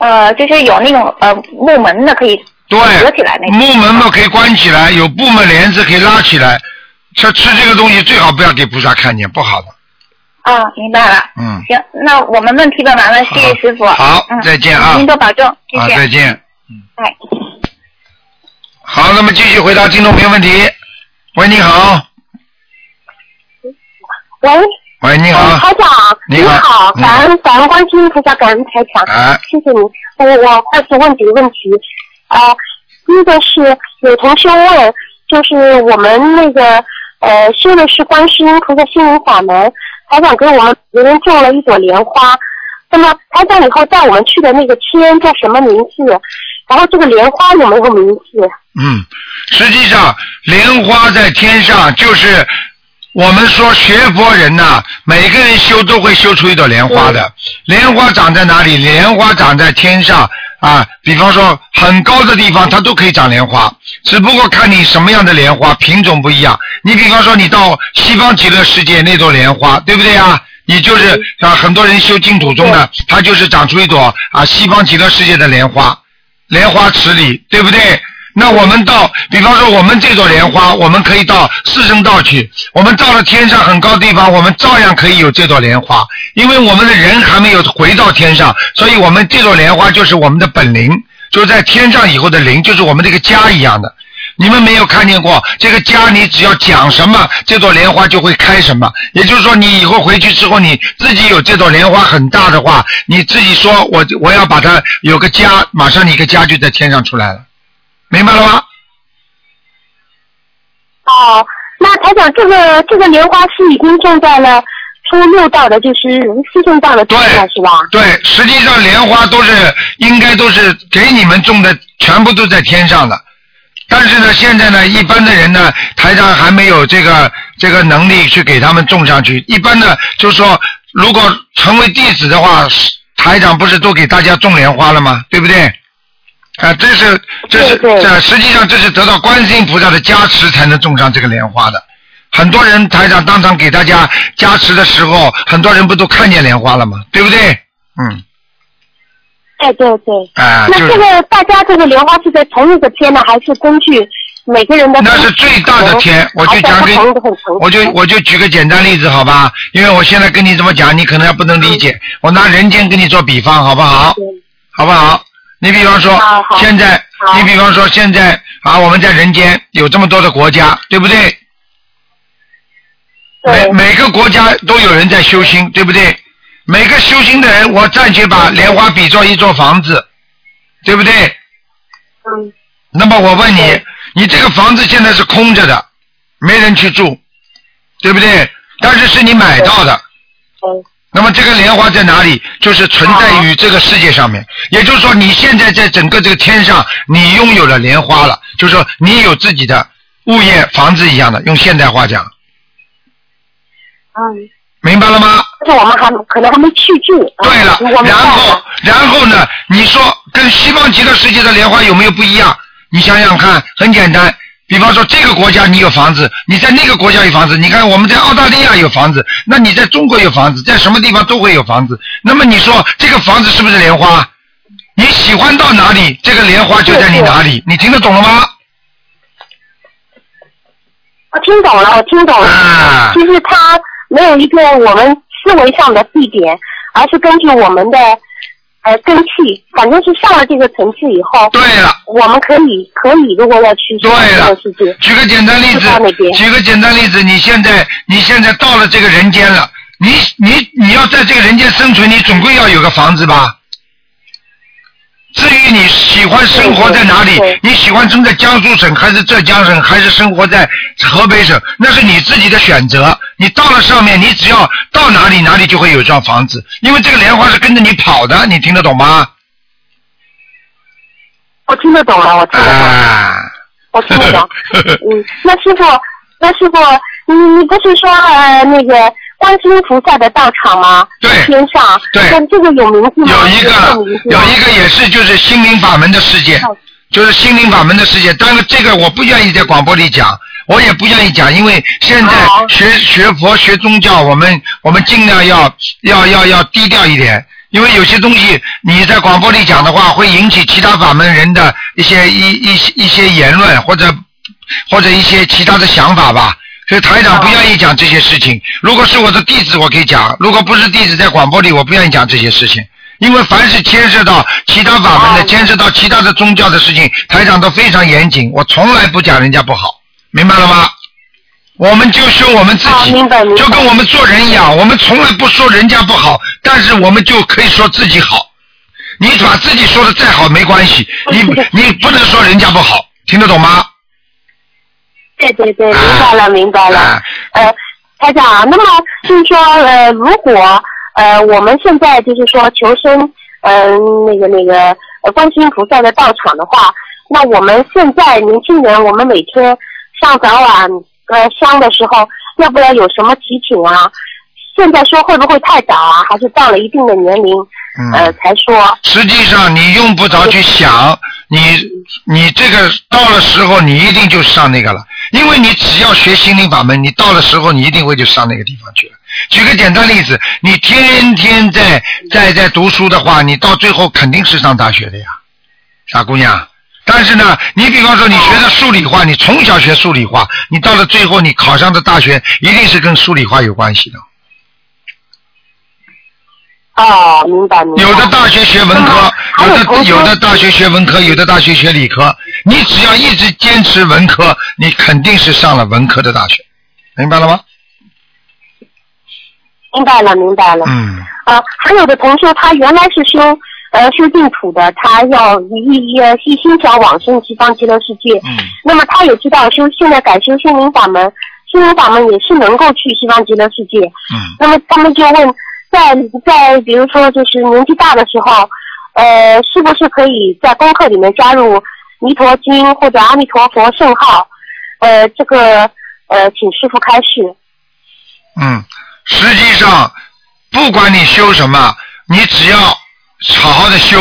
Speaker 9: 呃，就是有那种呃木门的可以
Speaker 2: 对
Speaker 9: 折起来那种。
Speaker 2: 木门嘛可以关起来，有部门帘子可以拉起来。吃吃这个东西最好不要给菩萨看见，不好的。
Speaker 9: 啊、明白了。
Speaker 2: 嗯，
Speaker 9: 行，那我们问题问完了，谢谢师傅。
Speaker 2: 好
Speaker 9: 嗯，
Speaker 2: 再见啊
Speaker 9: 您多保重，谢
Speaker 2: 啊，
Speaker 9: 谢。
Speaker 2: 再见。
Speaker 9: 哎。
Speaker 2: 好，那么继续回答听众朋友问题。喂，你好，
Speaker 3: 喂，
Speaker 2: 喂，你
Speaker 3: 嗯
Speaker 2: 好
Speaker 3: 台，长，
Speaker 2: 啊你
Speaker 3: 你
Speaker 2: 好
Speaker 3: 好，
Speaker 2: 你
Speaker 3: 感恩感恩观世音菩萨，感恩台长，
Speaker 2: 哎
Speaker 3: 谢谢你。我我快速问几个问题，啊、第一个是有同学问，就是我们那个呃修的是观世音菩萨心灵法门，台长给我们每人种了一朵莲花，那么台长以后带我们去的那个天叫什么名字？然后这个莲花有没有名字？
Speaker 2: 嗯，实际上莲花在天上，就是我们说学佛人呐、每个人修都会修出一朵莲花的。莲花长在哪里？莲花长在天上啊，比方说很高的地方，它都可以长莲花，只不过看你什么样的莲花品种不一样。你比方说你到西方极乐世界那朵莲花，对不对啊？你就是啊，很多人修净土中呢，它就是长出一朵啊西方极乐世界的莲花。莲花池里，对不对？那我们到，比方说我们这朵莲花，我们可以到四圣道去。我们到了天上很高地方，我们照样可以有这朵莲花，因为我们的人还没有回到天上，所以我们这朵莲花就是我们的本灵，就是在天上以后的灵，就是我们这个家一样的。你们没有看见过这个家，你只要讲什么，这朵莲花就会开什么。也就是说，你以后回去之后，你自己有这朵莲花很大的话，你自己说我我要把它有个家，马上你一个家就在天上出来了，明白了吗？
Speaker 3: 哦，那台长，这个这个莲花是已经种在了初六道的，就是四圣道的地上是吧？
Speaker 2: 对，实际上莲花都是应该都是给你们种的，全部都在天上的。但是呢，现在呢，一般的人呢，台上还没有这个这个能力去给他们种上去。一般的，就是说，如果成为弟子的话，是台长不是都给大家种莲花了吗？对不对？啊，这是这是这实际上这是得到观世音菩萨的加持才能种上这个莲花的。很多人台长当场给大家加持的时候，很多人不都看见莲花了吗？对不对？嗯，
Speaker 3: 哎，对对。
Speaker 2: 啊，
Speaker 3: 那
Speaker 2: 就是
Speaker 3: 这个大家这个莲花是在同一个天呢，还是根据每个人的？
Speaker 2: 那是最大
Speaker 3: 哦
Speaker 2: 的天，我就讲给，我就我就举个简单例子好吧？因为我现在跟你这么讲，你可能还不能理解。我拿人间跟你做比方好不好？好不好？你比方说，现在你比方说现在啊，我们在人间有这么多的国家，对不对？每每个国家都有人在修心，对不对？每个修心的人，我暂且把莲花比作一座房子，对不对？
Speaker 3: 嗯。
Speaker 2: 那么我问你，你这个房子现在是空着的，没人去住，对不对？但是是你买到的。那么这个莲花在哪里？就是存在于这个世界上面。也就是说，你现在在整个这个天上，你拥有了莲花了，就是说你有自己的物业、房子一样的。用现代话讲，
Speaker 3: 嗯，
Speaker 2: 明白了吗？
Speaker 3: 但是我们还可能还没去啊住。对了，我们
Speaker 2: 然后，然后呢？你说跟西方极乐世界的莲花有没有不一样？你想想看，很简单。比方说，这个国家你有房子，你在那个国家有房子，你看我们在澳大利亚有房子，那你在中国有房子，在什么地方都会有房子。那么你说这个房子是不是莲花？你喜欢到哪里，这个莲花就在你哪里。你听得懂了吗？
Speaker 3: 我听懂了，我听懂了。
Speaker 2: 啊
Speaker 3: 其实它没有一个我们思维上的地点，而是根据我们的呃根气，反正是上了这个层次以后。对
Speaker 2: 了。
Speaker 3: 我们可以可以，如果要去对了世界，
Speaker 2: 举个简单例子，举个简单例子，你现在你现在到了这个人间了，你你你要在这个人间生存，你总归要有个房子吧？至于你喜欢生活在哪里，你喜欢生在江苏省还是浙江省，还是生活在河北省，那是你自己的选择。你到了上面，你只要到哪里，哪里就会有一幢房子，因为这个莲花是跟着你跑的，你听得懂吗？
Speaker 3: 我听得懂了，我听得懂，我听得 懂。嗯，那师傅，那师傅，你你不是说呃那个观世音菩萨的道场吗？对。天上。对。那这个有名字吗？有一个。
Speaker 2: 有一个也是就是心灵法门的世界，就是心灵法门的世界。但是这个我不愿意在广播里讲，我也不愿意讲，因为现在学学佛学宗教，我们我们尽量要要要要低调一点。因为有些东西你在广播里讲的话，会引起其他法门人的一些一一些一些言论，或者或者一些其他的想法吧。所以台长不愿意讲这些事情。如果是我的弟子，我可以讲；如果不是弟子，在广播里我不愿意讲这些事情，因为凡是牵涉到其他法门的、牵涉到其他的宗教的事情，台长都非常严谨，我从来不讲人家不好，明白了吗？我们就修我们自己，就跟我们做人一样，我们从来不说人家不好，但是我们就可以说自己好。你把自己说的再好没关系，你你不能说人家不好，听得懂吗？
Speaker 3: 对对对，
Speaker 2: 啊
Speaker 3: 明白了明白了。呃，台长啊，那么就是说，呃，如果呃我们现在就是说求生，嗯、那个那个呃观世音菩萨的道场的话，那我们现在年轻人，我们每天上早晚呃香的时候，要不要有什么提醒啊？现在说会不会太早啊？还是到了一定的年龄，
Speaker 2: 嗯
Speaker 3: 呃才说？
Speaker 2: 实际上你用不着去想，你你这个到了时候你一定就上那个了，因为你只要学心灵法门，你到了时候你一定会就上那个地方去了。举个简单例子，你天天在在在读书的话，你到最后肯定是上大学的呀，傻姑娘。但是呢，你比方说你学的数理化，你从小学数理化，你到了最后你考上的大学一定是跟数理化有关系的。
Speaker 3: 哦，明白明白。
Speaker 2: 有的大学学文科，啊有的有的大学学文科，有的大学学理科。你只要一直坚持文科，你肯定是上了文科的大学，明白了吗？
Speaker 3: 明白了明白了。
Speaker 2: 嗯。
Speaker 3: 呃，还有的同学他原来是修呃修净土的，他要一一呃一心想往生西方极乐世界。嗯。那么他也知道修现在改修心灵法门，心灵法门也是能够去西方极乐世界。
Speaker 2: 嗯。
Speaker 3: 那么他们就问，在在比如说就是年纪大的时候，呃，是不是可以在功课里面加入弥陀经或者阿弥陀佛圣号？呃，这个呃，请师傅开示。
Speaker 2: 嗯，实际上，不管你修什么，你只要好好的修，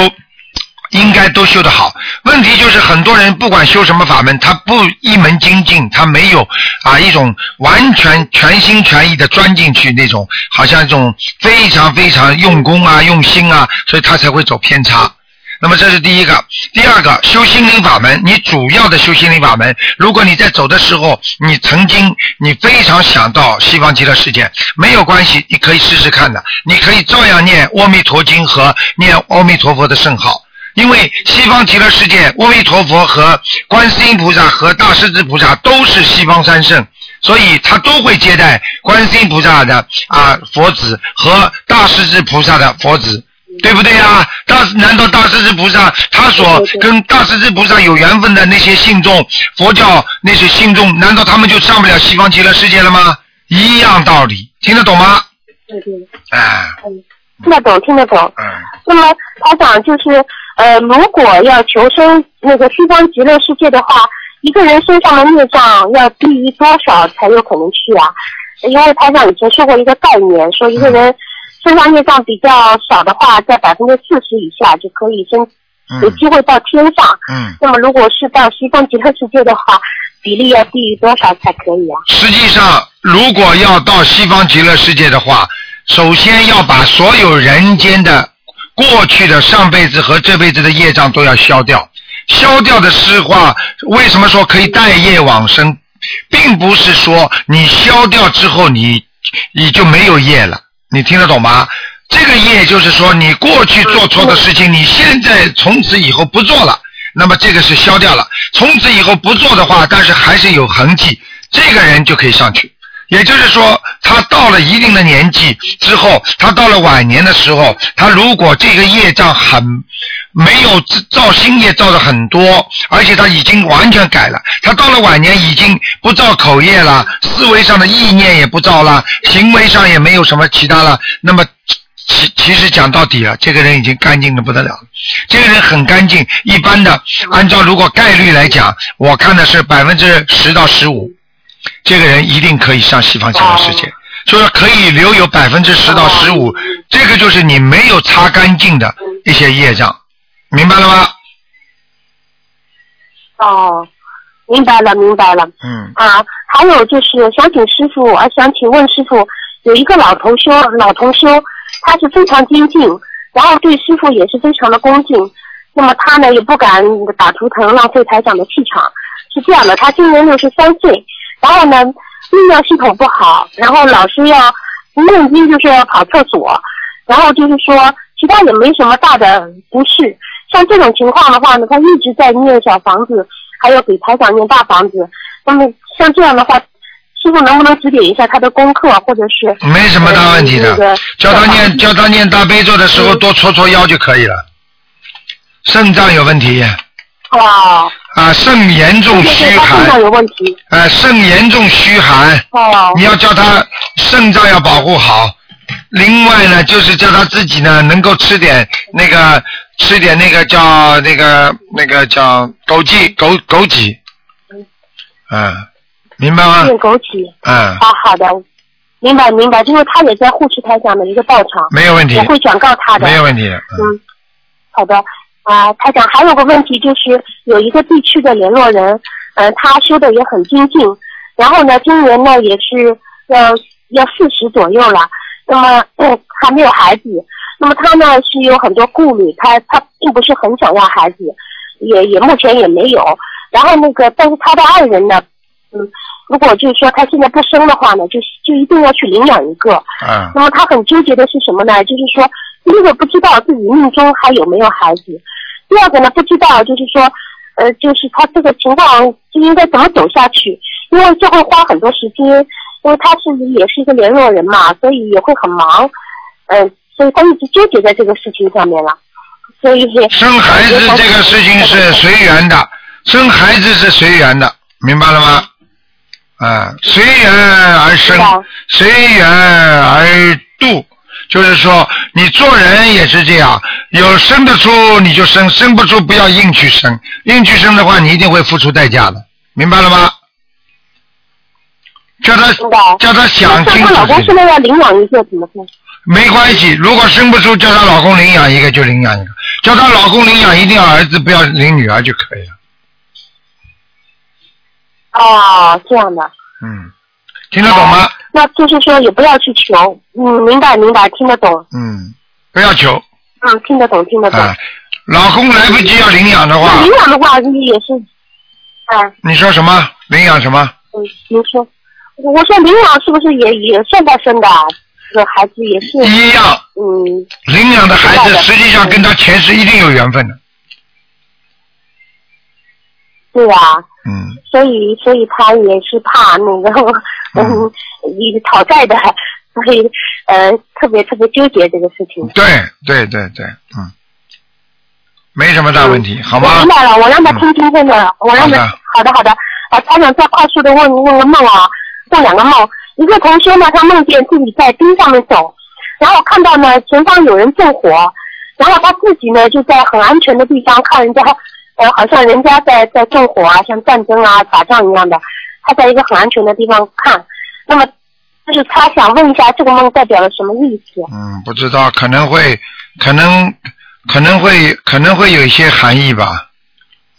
Speaker 2: 应该都修得好。问题就是很多人不管修什么法门，他不一门精进，他没有啊一种完全全心全意的钻进去那种，好像一种非常非常用功啊、用心啊，所以他才会走偏差。那么这是第一个，第二个修心灵法门，你主要的修心灵法门，如果你在走的时候，你曾经你非常想到西方极乐世界，没有关系，你可以试试看的，你可以照样念阿弥陀经和念阿弥陀佛的圣号。因为西方极乐世界，阿弥陀佛和观世音菩萨和大势至菩萨都是西方三圣，所以他都会接待观世音菩萨的啊佛子和大势至菩萨的佛子，对不对啊？大难道大势至菩萨他所跟大势至菩萨有缘分的那些信众，佛教那些信众，难道他们就上不了西方极乐世界了吗？一样道理，听得懂吗？
Speaker 3: 对对。
Speaker 2: 哎，
Speaker 3: 听得懂，听得懂。
Speaker 2: 嗯。
Speaker 3: 那么，台长就是，呃，如果要求生那个西方极乐世界的话，一个人身上的孽障要低于多少才有可能去啊？因为台长以前说过一个概念，说一个人
Speaker 2: 嗯
Speaker 3: 身上孽障比较少的话，在百分之四十以下就可以升
Speaker 2: 嗯
Speaker 3: 有机会到天上。
Speaker 2: 嗯。
Speaker 3: 那么，如果是到西方极乐世界的话，比例要低于多少才可以啊？
Speaker 2: 实际上，如果要到西方极乐世界的话，首先要把所有人间的过去的上辈子和这辈子的业障都要消掉。消掉的是话，为什么说可以带业往生？并不是说你消掉之后你你就没有业了，你听得懂吗？这个业就是说你过去做错的事情，你现在从此以后不做了，那么这个是消掉了。从此以后不做的话，但是还是有痕迹，这个人就可以上去。也就是说，他到了一定的年纪之后，他到了晚年的时候，他如果这个业障很没有造新业造的很多，而且他已经完全改了，他到了晚年已经不造口业了，思维上的意念也不造了，行为上也没有什么其他了，那么。其其实讲到底啊，这个人已经干净的不得了了。这个人很干净，一般的，按照如果概率来讲，我看的是百分之十到十五，这个人一定可以上西方极乐世界，就是可以留有百分之十到十五，这个就是你没有擦干净的一些业障，明白了吗？
Speaker 3: 哦，明白了，明白了。
Speaker 2: 嗯。
Speaker 3: 啊，还有就是想请师傅，啊，想请问师傅，有一个老同修，老同修，他是非常精进，然后对师傅也是非常的恭敬。那么他呢也不敢打图腾，浪费台长的气场。是这样的，他今年六十三岁，然后呢泌尿系统不好，然后老是要梦经就是要跑厕所，然后就是说其他也没什么大的不适。像这种情况的话呢，他一直在念小房子，还有给台长念大房子。那么像这样的话，师傅能不能指点一下他的功课，或者是
Speaker 2: 没什么大问题
Speaker 3: 呃那
Speaker 2: 的
Speaker 3: 个，
Speaker 2: 叫他念叫他念大悲咒的时候多搓搓腰就可以了。肾脏有问题
Speaker 3: 哦，
Speaker 2: 啊，肾严重
Speaker 3: 就是
Speaker 2: 虚
Speaker 3: 他身上
Speaker 2: 寒，
Speaker 3: 有问题。
Speaker 2: 啊，肾严重虚寒，
Speaker 3: 哦，
Speaker 2: 你要叫他肾脏要保护好。另外呢，就是叫他自己呢能够吃点那个吃点那个叫那个那个叫枸杞枸枸杞，嗯，明白吗？
Speaker 3: 念枸杞。
Speaker 2: 嗯，
Speaker 3: 啊，好的，明白明白，就是他也在护持台长的一个道场，
Speaker 2: 没有问题
Speaker 3: 我会转告他的。
Speaker 2: 没有问题。
Speaker 3: 嗯，好的。啊、台长还有个问题就是，有一个地区的联络人，呃，他修的也很精进，然后呢，今年呢也是要要四十左右了，那么、 嗯还没有孩子，那么他呢是有很多顾虑，他他并不是很想要孩子，也也目前也没有，然后那个但是他的爱人呢，嗯，如果就是说他现在不生的话呢，就就一定要去领养一个，
Speaker 2: 嗯
Speaker 3: 那么他很纠结的是什么呢？就是说，第一个不知道自己命中还有没有孩子，第二个呢不知道就是说，呃，就是他这个情况就应该怎么走下去，因为这会花很多时间，因为他是也是一个联络人嘛，所以也会很忙，嗯、所以他一直纠结在这个事情上面了，所以
Speaker 2: 生孩子这个事情是随缘的，生孩子是随缘的，明白了吗？啊，随缘而生，随缘而度，就是说你做人也是这样，有生得出你就生，生不出不要硬去生，硬去生的话你一定会付出代价的，明白了吗？叫他叫他想
Speaker 3: 像
Speaker 2: 清
Speaker 3: 她
Speaker 2: 楚
Speaker 3: 老
Speaker 2: 这
Speaker 3: 公
Speaker 2: 个
Speaker 3: 现在要领养一个怎么办？
Speaker 2: 没关系，如果生不出，叫她老公领养一个就领养一个，叫她老公领养一定要儿子，不要领女儿就可以了。
Speaker 3: 哦，这样的。哦
Speaker 2: 嗯，听得懂吗？
Speaker 3: 那就是说也不要去求，嗯，明白明白，听得懂，
Speaker 2: 嗯，不要求
Speaker 3: 嗯，听得懂听得懂。
Speaker 2: 啊，老公来不及要领养的话
Speaker 3: 那，领养的话也是，啊，
Speaker 2: 你说什么？领养什么？
Speaker 3: 嗯，您说，我我说领养是不是也也算在生的、啊？这个孩子也是
Speaker 2: 一样，
Speaker 3: 嗯，
Speaker 2: 领养的孩
Speaker 3: 知
Speaker 2: 子
Speaker 3: 道的
Speaker 2: 实际上跟他前世一定有缘分的。
Speaker 3: 对啊，
Speaker 2: 嗯，
Speaker 3: 所以所以他也是怕那个， 嗯，一讨债的，所以呃特别特别纠结这个事情。
Speaker 2: 对哎对对对，嗯，没什么大问题，好
Speaker 3: 嗯我
Speaker 2: 吗嗯
Speaker 3: 明？白了，我让他听今天的，我让他好的好的。啊，台长再快速的问问个梦啊，做两个梦。一个同学呢，他梦见自己在冰上面走，然后看到呢前方有人纵火，然后他自己呢就在很安全的地方看人家，呃，好像人家在在纵火啊，像战争啊、打仗一样的，他在一个很安全的地方看。那么，就是他想问一下这个梦代表了什么意思？
Speaker 2: 嗯，不知道，可能会，可能，可能会，可能会有一些含义吧。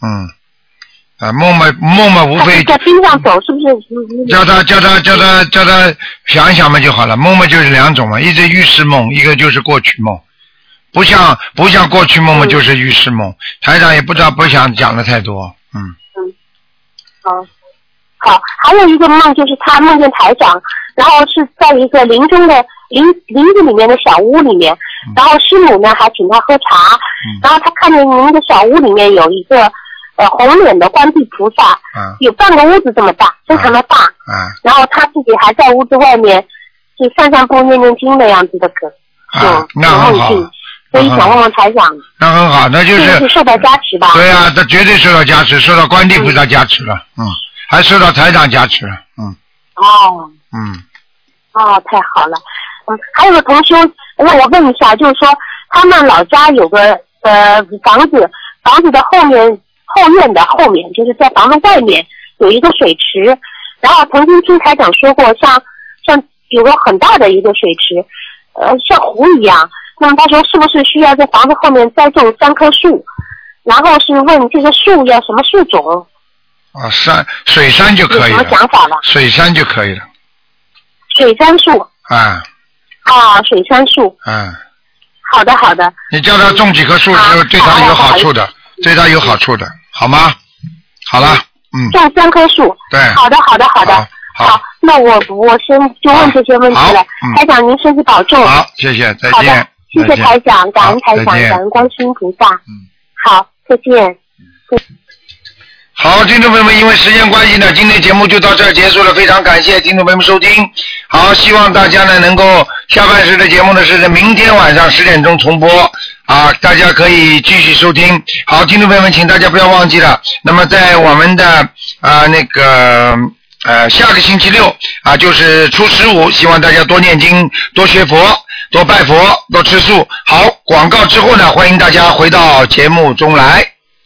Speaker 2: 嗯，啊，梦嘛，梦嘛，无
Speaker 3: 他
Speaker 2: 非
Speaker 3: 是在冰上走，是不是？
Speaker 2: 叫他叫他叫他叫他想一想嘛就好了。梦嘛就是两种嘛，一是预示梦，一个就是过去梦。不像不像过去梦嘛，就是预示梦。台长也不知道不想讲的太多，嗯，
Speaker 3: 好，好，还有一个梦就是他梦见台长，然后是在一个林中的林林子里面的小屋里面，
Speaker 2: 嗯
Speaker 3: 然后师母呢还请他喝茶，然后他看见您的小屋里面有一个呃红脸的观地菩萨，
Speaker 2: 嗯
Speaker 3: 有半个屋子这么大，非常的大，
Speaker 2: 啊
Speaker 3: 然后他自己还在屋子外面就散散步、念念经那样子的歌，
Speaker 2: 啊，那很好，
Speaker 3: 所以
Speaker 2: 嗯
Speaker 3: 想问问台长，
Speaker 2: 那很好，那就是是
Speaker 3: 不是受到加持吧？
Speaker 2: 对啊，他绝对受到加持，受到观地菩萨加持了，嗯，还受到台长加持了，嗯
Speaker 3: 哦
Speaker 2: 嗯，
Speaker 3: 哦，太好了。嗯，还有个同修，那我问一下，就是说他们老家有个呃房子，房子的后面后院的后面，就是在房子外面有一个水池，然后曾经听台长说过，像像有个很大的一个水池，呃，像湖一样。那么他说是不是需要在房子后面栽种三棵树？然后是问这个树要什么树种？
Speaker 2: 啊山水山就可以
Speaker 3: 有什么想
Speaker 2: 了，
Speaker 3: 法了？
Speaker 2: 水山就可以了，
Speaker 3: 水杉树
Speaker 2: 啊
Speaker 3: 啊，水杉树。
Speaker 2: 啊，
Speaker 3: 好的，好的。
Speaker 2: 你叫他种几棵
Speaker 3: 嗯
Speaker 2: 树，就对他有好处的，对他有好处的，好吗？好了，嗯，
Speaker 3: 种三棵树。
Speaker 2: 对
Speaker 3: 好的，好的，好的。
Speaker 2: 好，
Speaker 3: 那我我先就问这些问题了。
Speaker 2: 嗯
Speaker 3: 台长，您身体保重。
Speaker 2: 好，谢谢，再
Speaker 3: 好
Speaker 2: 见
Speaker 3: 的，，谢
Speaker 2: 再
Speaker 3: 谢
Speaker 2: 见
Speaker 3: 台长，感恩台长，
Speaker 2: 好再见
Speaker 3: 感恩观世音菩萨。嗯。好，再见。
Speaker 2: 好，听众朋友们，因为时间关系呢，今天节目就到这儿结束了，非常感谢听众朋友们收听。好，希望大家呢能够下半时的节目呢是在明天晚上十点钟重播啊，大家可以继续收听。好，听众朋友们，请大家不要忘记了，那么在我们的啊、那个。呃，下个星期六啊，就是初十五，希望大家多念经、多学佛、多拜佛、多吃素。好，广告之后呢，欢迎大家回到节目中来。